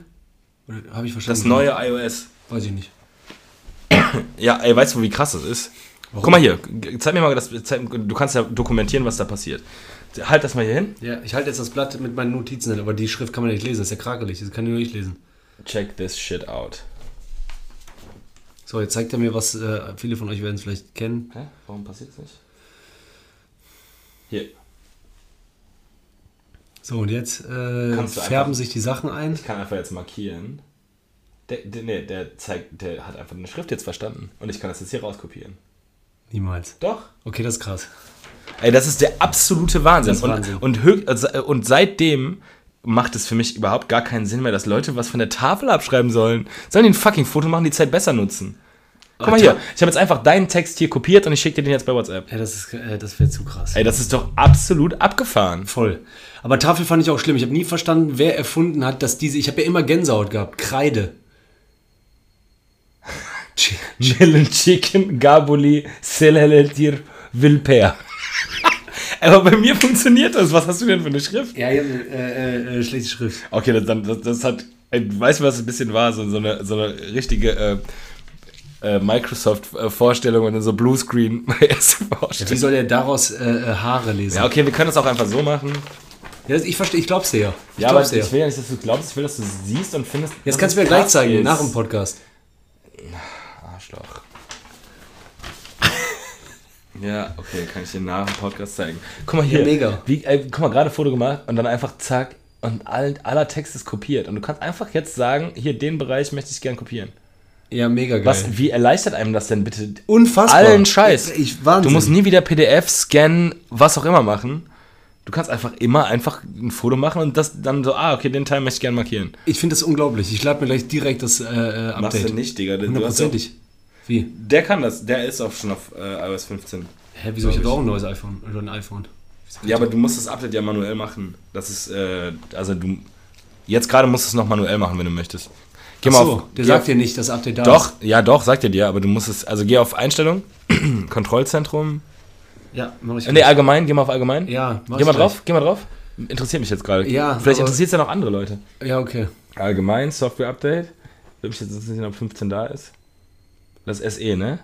S2: Oder habe ich verstanden?
S1: Das neue iOS.
S2: Weiß ich nicht.
S1: Ja, ey, weißt du, wie krass das ist? Guck mal hier, g- zeig mir mal das. Zeig, du kannst ja dokumentieren, was da passiert. Halt das mal hier hin.
S2: Ja, ich halte jetzt das Blatt mit meinen Notizen hin, aber die Schrift kann man nicht lesen, das ist ja krakelig, das kann ich nur nicht lesen.
S1: Check this shit out.
S2: So, jetzt zeigt er mir was, äh, viele von euch werden es vielleicht kennen.
S1: Hä? Warum passiert das nicht? Hier.
S2: So, und jetzt äh,
S1: Kannst du
S2: färben
S1: einfach-
S2: sich die Sachen ein.
S1: Ich kann einfach jetzt markieren. Der, der, nee, der zeigt, der hat einfach eine Schrift jetzt verstanden. Und ich kann das jetzt hier rauskopieren.
S2: Niemals.
S1: Doch.
S2: Okay, das ist krass.
S1: Ey, das ist der absolute Wahnsinn.
S2: Das ist Wahnsinn.
S1: Und, und, höch- also, und seitdem macht es für mich überhaupt gar keinen Sinn mehr, dass Leute was von der Tafel abschreiben sollen. Sollen die ein fucking Foto machen, die Zeit besser nutzen. Guck mal
S2: Alter.
S1: hier, ich habe jetzt einfach deinen Text hier kopiert und ich schicke dir den jetzt bei WhatsApp.
S2: Ja, das, ist, äh, das wäre zu krass.
S1: Ey, das ist doch absolut
S2: <laughs>
S1: abgefahren.
S2: Voll. Aber Tafel fand ich auch schlimm. Ich habe nie verstanden, wer erfunden hat, dass diese. Ich habe ja immer Gänsehaut
S1: <laughs>
S2: gehabt. Kreide. Chi-
S1: Chillen Chicken Gabuli Seleletir Wilper. <laughs> Aber bei mir funktioniert das. Was hast du denn für eine Schrift?
S2: ja, ja, äh, äh, äh, schlechte Schrift.
S1: Okay, das, dann, das, das hat. ey, Weißt du, was ein bisschen war? So, so, eine, so eine richtige äh, äh, Microsoft-Vorstellung und dann so Bluescreen <laughs>
S2: Wie
S1: vorstellung
S2: soll der daraus äh, äh, Haare lesen?
S1: Ja, okay, wir können das auch einfach so machen.
S2: Ja, ich verstehe, ich glaub's dir ja. Ich
S1: Ja, aber
S2: glaub's dir.
S1: ich will ja nicht, dass du glaubst, ich will, dass du siehst und findest.
S2: Jetzt kannst du mir gleich zeigen, nach dem
S1: Podcast.
S2: Podcast.
S1: Arschloch. <laughs> Ja, okay, kann ich dir nach dem Podcast zeigen. Guck mal hier.
S2: Ja, mega.
S1: Wie, ey, guck mal, gerade Foto gemacht und dann einfach zack und all, aller Text ist kopiert. Und du kannst einfach jetzt sagen, hier den Bereich möchte ich gern kopieren.
S2: Ja, mega geil.
S1: Was, wie erleichtert einem das denn bitte?
S2: Unfassbar.
S1: Allen Scheiß.
S2: Ich, ich, Wahnsinn.
S1: Du musst nie wieder PDF scannen, was auch immer machen. Du kannst einfach immer einfach ein Foto machen und das dann so, ah, okay, den Teil möchte ich gern markieren.
S2: ich finde das unglaublich. Ich lade mir gleich direkt das äh, äh, Update.
S1: nicht, Digga.
S2: Hundertprozentig. Wie?
S1: der kann das, der ist auch schon auf äh, iOS 15.
S2: Hä, wieso? Ich
S1: Glaub
S2: habe
S1: ich.
S2: auch ein neues iPhone. Oder ein iPhone.
S1: Ja, aber du musst das Update ja manuell machen. Das ist, äh, also du, jetzt gerade musst du es noch manuell machen, wenn du möchtest. Geh mal
S2: Achso,
S1: auf,
S2: der
S1: geh
S2: sagt
S1: auf,
S2: dir nicht, das Update da
S1: Doch,
S2: ist.
S1: ja doch, sagt er dir, aber du musst es, also geh auf Einstellung, <clears throat> Kontrollzentrum.
S2: Ja, mach ich
S1: Äh, Nee, allgemein, geh mal auf allgemein.
S2: Ja, mach
S1: Geh
S2: ich
S1: mal
S2: gleich.
S1: drauf, geh mal drauf. Interessiert mich jetzt gerade.
S2: Ja,
S1: Vielleicht
S2: aber-
S1: interessiert es ja noch andere Leute.
S2: Ja, okay.
S1: Allgemein, Software-Update. Will mich jetzt nicht sehen, ob 15 da ist. Das SE, ne?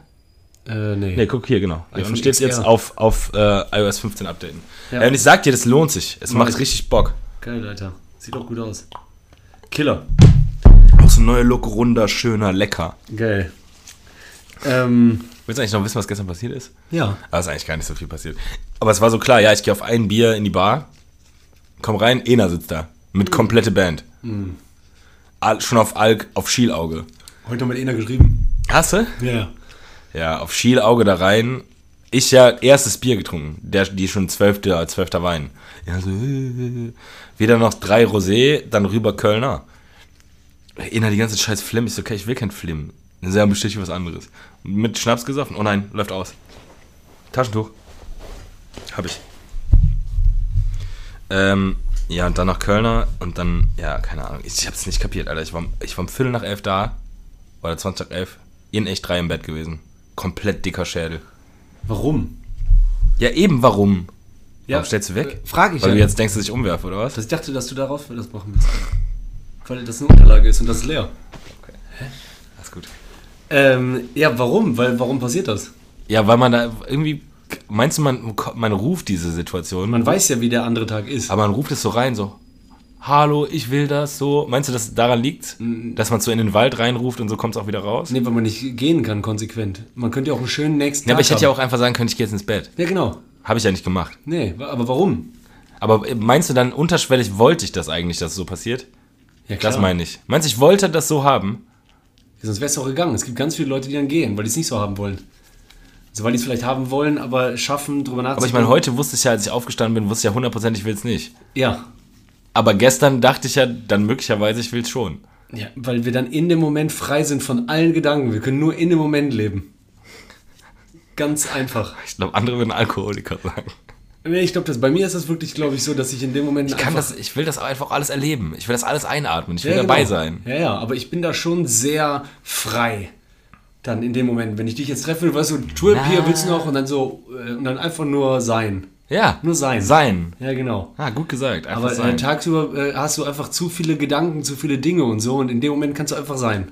S2: Äh, nee.
S1: Ne, guck hier, genau.
S2: iPhone
S1: Dann steht
S2: XR.
S1: jetzt auf, auf äh, iOS 15 updaten.
S2: Ja.
S1: Ja. und ich sag dir, das lohnt sich. Es macht
S2: ich.
S1: richtig Bock.
S2: Geil, Alter. Sieht doch gut aus. Killer.
S1: Auch so neue Look, runder, schöner, lecker.
S2: Geil. Ähm,
S1: Willst du eigentlich noch wissen, was gestern passiert ist?
S2: ja.
S1: Da Ah, ist eigentlich gar nicht so viel passiert. Aber es war so klar, ja, ich gehe auf ein Bier in die Bar, komm rein, Ena sitzt da.
S2: Mhm.
S1: Mit komplette Band. Al- Schon auf Alk, auf Schielauge.
S2: Heute noch mit Ena geschrieben.
S1: Hast du?
S2: Ja, ja.
S1: Ja, auf Schielauge da rein. Ich ja erstes Bier getrunken, der, die schon zwölfter, zwölfter Wein. Ja, so, äh, wieder noch drei Rosé, dann rüber Kölner. Inner die ganze scheiß Flim. Ich so, okay, ich will kein Flim. Dann sehr bestimmt was anderes. Mit Schnaps gesoffen. Oh nein, läuft aus. Taschentuch. Hab ich. Ähm, ja, und dann nach Kölner und dann, ja, keine Ahnung. Ich, ich hab's nicht kapiert, Alter. Ich war, um- ich war um Viertel nach elf da. Oder 20 nach elf. In echt drei im Bett gewesen. Komplett dicker Schädel.
S2: Warum?
S1: Ja, eben warum?
S2: Ja,
S1: warum stellst du weg?
S2: äh, frag ich
S1: Weil
S2: ja.
S1: du jetzt denkst, dass ich umwerfe, oder was?
S2: Dass ich dachte, dass du darauf das machen willst. Weil das eine Unterlage ist und das ist leer.
S1: Alles gut.
S2: Ähm, ja, warum? Weil, warum passiert das?
S1: Ja, weil man da irgendwie. Meinst du, man, man ruft diese Situation?
S2: Man weiß ja, wie der andere Tag ist.
S1: Aber man ruft es so rein, so, hallo, ich will das, so. Meinst du, dass es daran liegt, dass man es so in den Wald reinruft und so kommt es auch wieder raus?
S2: Nee, weil man nicht gehen kann, konsequent. Man könnte ja auch einen schönen nächsten
S1: Ja,
S2: Tag
S1: aber ich hätte ja
S2: haben.
S1: auch einfach sagen können, ich gehe jetzt ins Bett.
S2: Ja, genau.
S1: Habe ich ja nicht gemacht.
S2: Nee, wa- aber warum?
S1: Aber äh, meinst du dann unterschwellig, wollte ich das eigentlich, dass es so passiert?
S2: Ja,
S1: Das meine ich. Meinst du, ich wollte das so haben?
S2: Sonst wär's auch gegangen. Es gibt ganz viele Leute, die dann gehen, weil die es nicht so haben wollen. Also, weil die es vielleicht haben wollen, aber schaffen, drüber nachzudenken.
S1: Aber ich meine, heute wusste ich ja, als ich aufgestanden bin, wusste ich ja hundertprozentig, ich will es nicht.
S2: Ja.
S1: Aber gestern dachte ich ja dann möglicherweise, ich will es schon.
S2: ja. Weil wir dann in dem Moment frei sind von allen Gedanken. Wir können nur in dem Moment leben. Ganz einfach.
S1: Ich glaube, andere würden Alkoholiker sagen.
S2: Nee, ich glaube, bei mir ist das wirklich, glaube ich, so, dass ich in dem Moment.
S1: Ich, kann
S2: einfach-
S1: das, ich will das einfach alles erleben. Ich will das alles einatmen. Ich will
S2: Ja,
S1: dabei
S2: genau.
S1: sein.
S2: Ja, ja, aber ich bin da schon sehr frei. Dann in dem Moment, wenn ich dich jetzt treffe, weißt du, Tulp hier
S1: Na.
S2: willst du noch und dann so, äh, und dann einfach nur sein.
S1: Ja.
S2: Nur sein.
S1: Sein.
S2: Ja, genau.
S1: Ah, gut gesagt. Einfach
S2: Aber äh,
S1: sein.
S2: tagsüber äh, hast du einfach zu viele Gedanken, zu viele Dinge und so und in dem Moment kannst du einfach sein.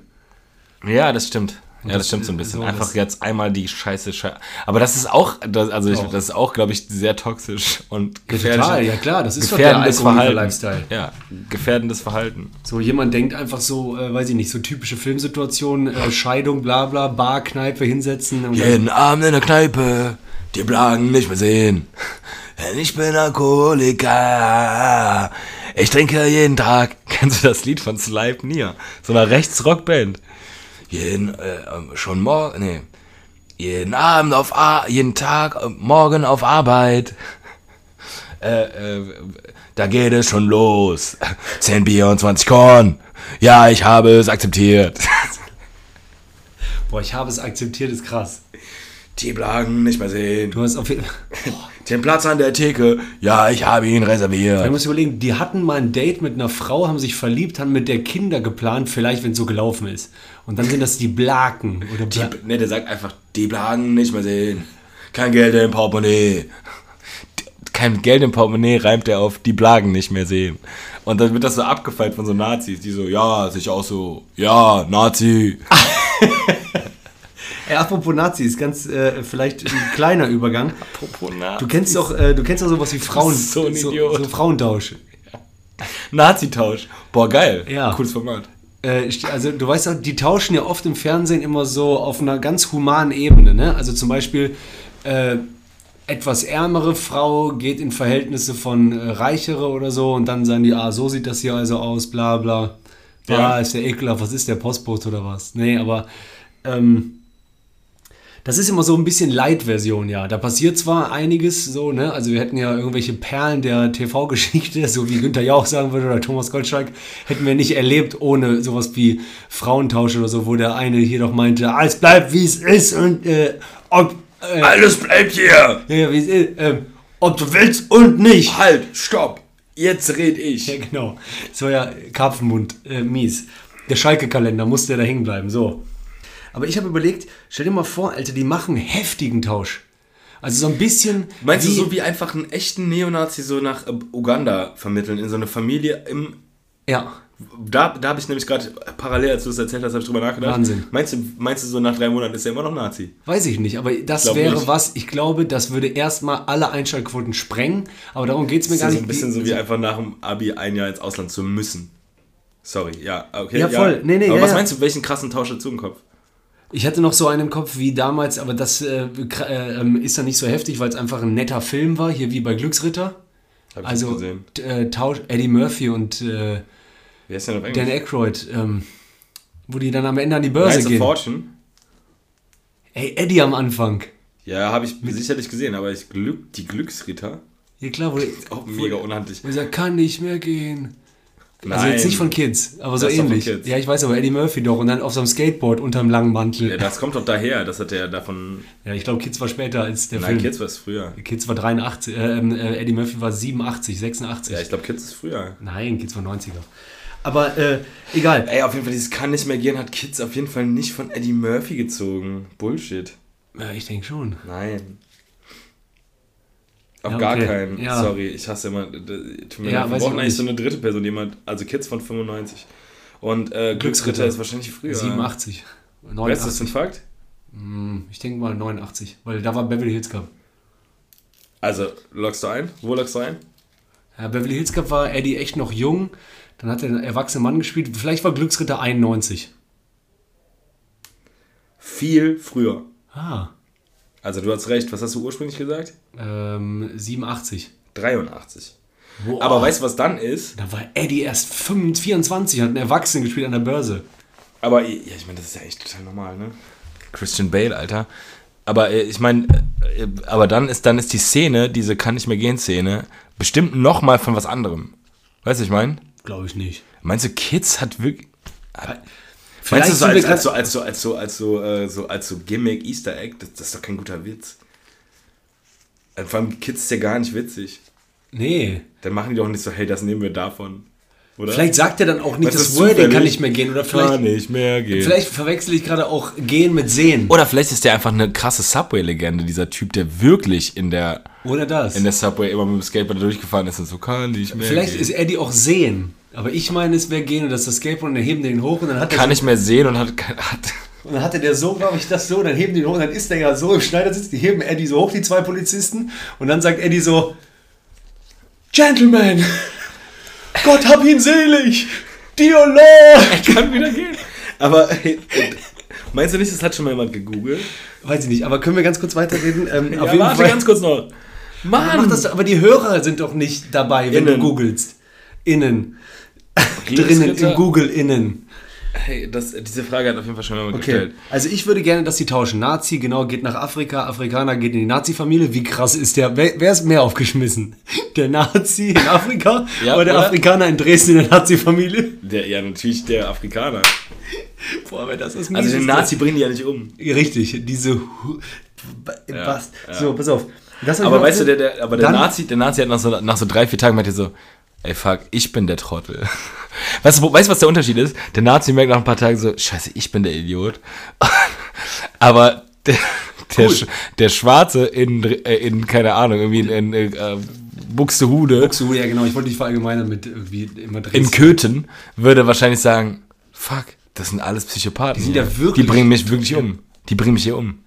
S1: ja, das stimmt. Ja, das stimmt so ein bisschen.
S2: so
S1: Einfach
S2: das-
S1: jetzt einmal die Scheiße. Schei Aber das ist auch, das, also ich,
S2: Auch.
S1: das ist auch, glaube ich, sehr toxisch und gefährlich.
S2: Total, ja klar, das ist doch der
S1: gefährdendes
S2: Alkoholiker
S1: Verhalten.
S2: Lifestyle.
S1: Ja, gefährdendes Verhalten.
S2: So jemand denkt einfach so, äh, weiß ich nicht, so typische Filmsituationen, äh, Scheidung, bla bla, Bar, Kneipe hinsetzen und dann,
S1: Abend in der Kneipe, die Plagen nicht mehr sehen. Ich bin Alkoholiker. Ich trinke jeden Tag. <laughs> Kennst du das Lied von Slipe Nia? So einer Rechtsrockband. Jeden, äh, ähm, schon morgen, nee. Jeden Abend auf, Ar jeden Tag, äh, morgen auf Arbeit. Äh, äh, da geht es schon los. <laughs> 10 Bier und 20 Korn. Ja, ich habe es akzeptiert. <laughs>
S2: boah, ich habe es akzeptiert, ist krass.
S1: Die Plagen nicht mehr sehen.
S2: Du hast auf jeden
S1: Den Platz an der Theke, ja, ich habe ihn
S2: Man
S1: reserviert.
S2: muss überlegen, die hatten mal ein Date mit einer Frau, haben sich verliebt, haben mit der Kinder geplant, vielleicht wenn es so gelaufen ist. Und dann sind das die Blaken oder Bla
S1: Ne, der sagt einfach, die Blagen nicht mehr sehen. Kein Geld im Portemonnaie. Kein Geld im Portemonnaie reimt er auf die Blagen nicht mehr sehen. Und dann wird das so abgefeilt von so Nazis, die so, ja, sich auch so, ja, Nazi.
S2: Ey, Äh, apropos Nazis, ganz äh, vielleicht ein kleiner <laughs> Übergang.
S1: Apropos Nazi.
S2: Du kennst doch, äh, du kennst doch sowas wie Frauen
S1: bist so ein Idiot.
S2: so Frauentausch.
S1: Nazi-Tausch. Boah, geil.
S2: Ja.
S1: Cooles Format.
S2: Äh, st- also du weißt doch, die tauschen ja oft im Fernsehen immer so auf einer ganz humanen Ebene. Ne? Also zum Beispiel äh, etwas ärmere Frau geht in Verhältnisse von äh, reichere oder so und dann sagen die, ah, so sieht das hier also aus, bla bla. Ah,
S1: Ja.
S2: ist der ekelhaft, was ist der Postbote oder was? Nee, aber ähm, das ist immer so ein bisschen Light-Version, ja. Da passiert zwar einiges so, ne? Also wir hätten ja irgendwelche Perlen der TV-Geschichte, <laughs> so wie Günther Jauch sagen würde oder Thomas Gottschalk, hätten wir nicht erlebt ohne sowas wie Frauentausch oder so, wo der eine hier doch meinte, alles bleibt wie es ist und äh, ob, äh,
S1: Alles bleibt hier.
S2: ja, wie es ist, ähm, ob du willst und nicht.
S1: Halt, stopp. Jetzt red ich.
S2: Ja, <laughs> genau. Das war ja Karpfenmund, äh, mies. Der Schalke-Kalender musste ja da hängen bleiben, so. Aber ich habe überlegt, stell dir mal vor, Alter, die machen heftigen Tausch. Also so ein bisschen.
S1: Meinst du so wie einfach einen echten Neonazi so nach äh, Uganda vermitteln, in so eine Familie im
S2: Ja.
S1: Da, da habe ich nämlich gerade parallel, als du es erzählt hast, habe ich drüber nachgedacht.
S2: Wahnsinn.
S1: Meinst du, meinst du so nach drei Monaten ist er immer noch Nazi?
S2: Weiß ich nicht, aber das
S1: Glaub
S2: wäre
S1: nicht.
S2: was, ich glaube, das würde erstmal alle Einschaltquoten sprengen, aber darum geht es mir
S1: Ist
S2: gar
S1: ja so
S2: nicht.
S1: ein bisschen so wie einfach nach dem Abi ein Jahr ins Ausland zu müssen. Sorry, ja, okay.
S2: Ja, voll. Nee, nee,
S1: Aber
S2: ja,
S1: was
S2: ja.
S1: meinst du, welchen krassen Tausch dazu im Kopf?
S2: Ich hatte noch so einen im Kopf wie damals, aber das äh, kr- äh, ähm, ist dann nicht so heftig, weil es einfach ein netter Film war, hier wie bei Glücksritter.
S1: Hab ich nicht
S2: Also
S1: gesehen.
S2: t- äh, Tausch Eddie Murphy und äh,
S1: Wer ist denn auf
S2: Dan
S1: Englisch?
S2: Aykroyd, ähm, wo die dann am Ende an die Börse
S1: Knights of
S2: gehen.
S1: Fortune.
S2: Ey, Eddie am Anfang.
S1: Ja, habe ich sicherlich gesehen, aber ich glück, die Glücksritter,
S2: Ja klar, wo,
S1: auch mega unhandlich.
S2: wo er sagt, kann nicht mehr gehen. Also
S1: Nein.
S2: jetzt nicht von Kids, aber so
S1: Das ist doch von
S2: ähnlich.
S1: Kids.
S2: Ja, ich weiß aber Eddie Murphy doch und dann auf seinem Skateboard unterm langen Mantel.
S1: Ja, das kommt doch daher, das hat er davon.
S2: Ja, ich glaube, Kids war später als der
S1: Nein,
S2: Film. Kids.
S1: Kids war es früher.
S2: war 83, äh, ähm, äh, Eddie Murphy war 87, 86.
S1: Ja, ich glaube, Kids ist früher.
S2: Nein, Kids war 90er. Aber äh, egal.
S1: Ey, auf jeden Fall, dieses kann nicht mehr gehen, hat Kids auf jeden Fall nicht von Eddie Murphy gezogen. Bullshit.
S2: Ja, ich denke schon.
S1: Nein. Auf
S2: Ja,
S1: gar
S2: okay.
S1: keinen.
S2: Ja.
S1: Sorry, ich hasse immer. d- d- Tut mir
S2: Ja,
S1: leid. Wir
S2: weiß ich
S1: brauchen
S2: auch
S1: eigentlich so
S2: nicht.
S1: eine dritte Person, jemand. Also Kids von 95. Und äh, Glücksritter
S2: Glücksritter.
S1: ist wahrscheinlich früher.
S2: 87.
S1: Weißt du das
S2: 89.
S1: für ein Fakt?
S2: Hm, Ich denke mal 89, weil da war Beverly Hills Cup.
S1: Also, loggst du ein? Wo loggst du ein?
S2: Ja, Äh, Beverly Hills Cup war Eddie echt noch jung. Dann hat er einen erwachsenen Mann gespielt. Vielleicht war Glücksritter 91.
S1: Viel früher.
S2: Ah,
S1: Also, du hast recht. Was hast du ursprünglich gesagt?
S2: ähm, 87.
S1: 83.
S2: Boah.
S1: Aber weißt du, was dann ist?
S2: Da war Eddie erst 25, 24, hat einen Erwachsenen gespielt an der Börse.
S1: Aber i- ja, ich meine, das ist ja echt total normal, ne? Christian Bale, Alter. Aber äh, ich meine, äh, aber dann ist dann ist die Szene, diese kann nicht mehr gehen Szene, bestimmt noch mal von was anderem. Weißt du, ich meine?
S2: Glaube ich nicht.
S1: Meinst du, Kids hat wirklich
S2: Vielleicht
S1: Meinst du so
S2: sind
S1: als,
S2: wir
S1: als, so,
S2: grad-
S1: als, so, als, so, als, so, äh, so, als so Gimmick, Easter Egg, das, das ist doch kein guter Witz. Äh, Vor allem Kids ist ja gar nicht witzig.
S2: Nee.
S1: Dann machen die doch nicht so, hey, das nehmen wir davon. Oder?
S2: Vielleicht sagt er dann auch nicht,
S1: Weißt du,
S2: das Wording kann
S1: zufällig
S2: nicht mehr gehen. Oder
S1: kann
S2: vielleicht,
S1: nicht mehr gehen.
S2: vielleicht verwechsel ich gerade auch gehen mit sehen.
S1: Oder vielleicht ist der einfach eine krasse Subway-Legende, dieser Typ, der wirklich in der,
S2: Oder das.
S1: in der Subway immer mit dem Skateboard durchgefahren ist und so kann nicht mehr.
S2: Vielleicht
S1: gehen.
S2: ist Eddie auch sehen. Aber ich meine, es wäre gehen und das ist das Skateboard und dann heben die den hoch und dann hat
S1: kann
S2: er
S1: nicht mehr sehen und hat, kein- hat
S2: und dann hatte der so, glaube ich, das so, dann heben die den hoch und dann ist der ja so im Schneidersitz, die heben Eddie so hoch, die zwei Polizisten, und dann sagt Eddie so, Gentleman, Gott hab ihn selig, Dio Lord.
S1: <laughs> kann wieder gehen. Aber äh, äh, meinst du nicht, das hat schon mal jemand gegoogelt?
S2: Weiß ich nicht, aber können wir ganz kurz weiterreden? Ähm, auf
S1: Ja,
S2: jeden
S1: warte
S2: Fall.
S1: ganz kurz noch.
S2: Mach das, aber die Hörer sind doch nicht dabei, wenn
S1: Innen.
S2: du googelst. Innen. Drinnen,
S1: Glücksritter.
S2: im Google innen.
S1: Hey, das, diese Frage hat auf jeden Fall schon mal jemand
S2: Okay.
S1: gestellt.
S2: Also ich würde gerne, dass die tauschen. Nazi, genau, geht nach Afrika, Afrikaner geht in die Nazi-Familie. Wie krass ist der? Wer, wer ist mehr aufgeschmissen? <laughs> Der Nazi in Afrika
S1: <laughs> Ja,
S2: oder der
S1: oder?
S2: Afrikaner in Dresden in der Nazi-Familie? <laughs>
S1: Der, ja, natürlich der Afrikaner.
S2: Boah, aber das ist
S1: Also den
S2: mieseste-
S1: Nazi bringen die ja nicht um.
S2: Richtig, diese... Hu- Was? So, pass auf. Das hab ich
S1: Aber
S2: mir
S1: weißt du, der,
S2: aufgeschrieben.
S1: der, aber der
S2: Dann-
S1: Nazi, der Nazi hat nach so, nach so drei, vier Tagen meinte so, ey fuck, ich bin der Trottel. <laughs> Weißt du, wo- weißt, du, was der Unterschied ist? Der Nazi merkt nach ein paar Tagen so, scheiße, ich bin der Idiot. <laughs> Aber der, der, Sch- der Schwarze in, äh, in, keine Ahnung, irgendwie in, in äh, Buxtehude,
S2: So, ja genau, ich wollte dich verallgemeinern mit irgendwie immer Dresden.
S1: in Köthen, würde wahrscheinlich sagen, fuck, das sind alles Psychopathen. Die,
S2: sind ja wirklich-
S1: die bringen mich wirklich um. Die bringen mich hier um.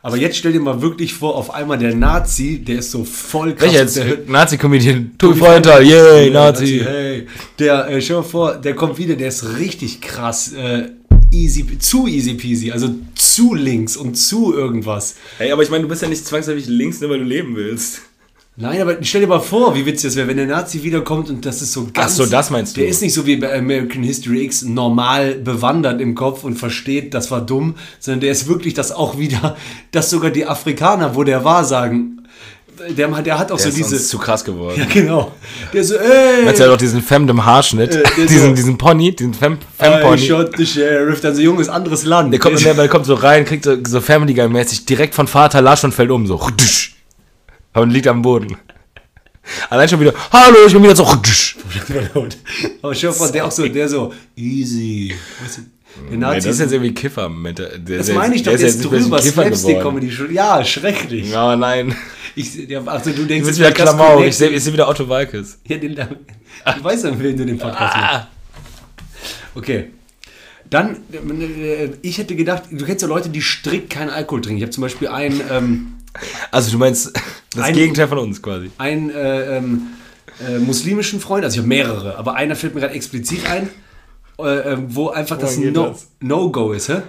S2: Aber jetzt stell dir mal wirklich vor, auf einmal der Nazi, der ist so voll krass.
S1: Welcher jetzt?
S2: der,
S1: Nazi-Comedian? Tobi Freudenthal, yay, Nazi.
S2: Hey, der, äh, stell dir mal vor, der kommt wieder, der ist richtig krass, äh, easy, zu easy peasy, also zu links und zu irgendwas.
S1: Hey, aber ich meine, du bist ja nicht zwangsläufig links, nur weil du leben willst.
S2: Nein, aber stell dir mal vor, wie witzig das wäre, wenn der Nazi wiederkommt und das ist so ganz...
S1: so, das meinst du.
S2: Der ist nicht so wie bei American History X normal bewandert im Kopf und versteht, das war dumm, sondern der ist wirklich das auch wieder, <laughs> dass sogar die Afrikaner, wo der war, sagen... Der, der hat auch so diese...
S1: zu krass geworden.
S2: <laughs> Ja, genau. Der so, ey,
S1: Meinst du, er hat auch diesen femdem Haarschnitt,
S2: Äh, der
S1: diesen,
S2: so- Äh,
S1: diesen Pony, diesen Fem
S2: I
S1: Fem-Pony.
S2: shot the sheriff. Dann so, Junge, ist anderes Land.
S1: Der kommt, der,
S2: <laughs>
S1: der kommt so rein, kriegt so, so Family Guy-mäßig direkt von Vater Lasch und fällt um, so. rutsch. Und liegt am Boden. Allein schon wieder, hallo, ich bin wieder so. rutsch.
S2: Aber stell dir vor, der auch so, der so, easy. Weißt du, Der
S1: Nee, das
S2: Nazi,
S1: ist jetzt irgendwie Kiffer. Mit der, der
S2: das meine ich doch jetzt drüber,
S1: Slapstick-Comedy.
S2: Slapstick-Comedy. schon. Ja, schrecklich.
S1: Ja, nein.
S2: Ich, ja, also du denkst,
S1: Du bist
S2: jetzt
S1: wieder
S2: vielleicht, das
S1: Klamauk.
S2: connectet-
S1: Ich sehe ich seh wieder Otto Walkes.
S2: <laughs> Ja, den, ich weiß an wen du den Podcast
S1: Ah.
S2: machst. Okay. Dann, äh, ich hätte gedacht, du kennst ja Leute, die strikt keinen Alkohol trinken. Ich habe zum Beispiel einen, ähm,
S1: Also, du meinst das
S2: Ein-
S1: Gegenteil von uns quasi.
S2: einen äh, ähm, äh, muslimischen Freund, also ich habe mehrere, aber einer fällt mir gerade explizit ein. äh, äh, wo einfach das
S1: geht
S2: No-
S1: das?
S2: No-Go ist, hä?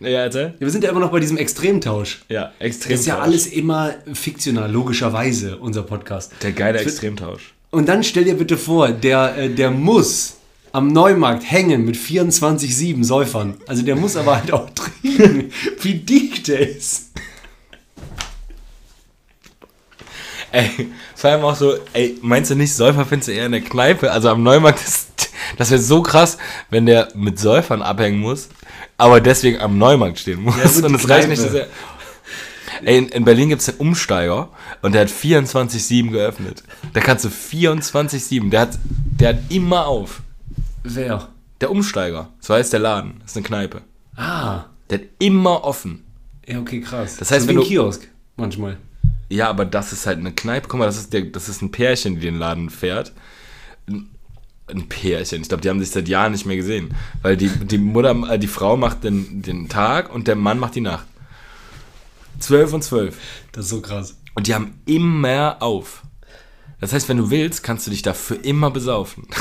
S2: Ja,
S1: Ja, erzähl.
S2: wir sind ja immer noch bei diesem Extremtausch.
S1: Ja, Extremtausch.
S2: Das ist ja alles immer fiktional, logischerweise, unser Podcast.
S1: Der geile
S2: Es wird-
S1: Extremtausch.
S2: Und dann stell dir bitte vor, der, äh, der muss am Neumarkt hängen mit 24-7 Säufern. Also der muss aber halt auch <laughs> trinken, wie dick der ist.
S1: Ey, vor allem auch so, ey, meinst du nicht, Säufer findest du eher in der Kneipe? Also am Neumarkt ist, das wäre so krass, wenn der mit Säufern abhängen muss, aber deswegen am Neumarkt stehen muss.
S2: gut,
S1: und es reicht nicht, dass
S2: Kneipe.
S1: er. Ey, in, in Berlin gibt es einen Umsteiger und der hat 24-7 geöffnet. Da kannst du 24-7, der hat, der hat immer auf.
S2: Wer?
S1: Der Umsteiger, so heißt der Laden, das ist eine Kneipe.
S2: Ah,
S1: Der hat immer offen.
S2: ja, okay, krass.
S1: Das heißt,
S2: so
S1: wenn
S2: wie
S1: du-
S2: ein Kiosk manchmal.
S1: Ja, aber das ist halt eine Kneipe. Guck mal, das ist, der, das ist ein Pärchen, die den Laden fährt. Ein, ein Pärchen. Ich glaube, die haben sich seit Jahren nicht mehr gesehen. Weil die, die Mutter, äh, die Frau macht den, den Tag und der Mann macht die Nacht. Zwölf und zwölf.
S2: Das ist so krass.
S1: Und die haben immer auf. Das heißt, wenn du willst, kannst du dich dafür immer besaufen. <laughs>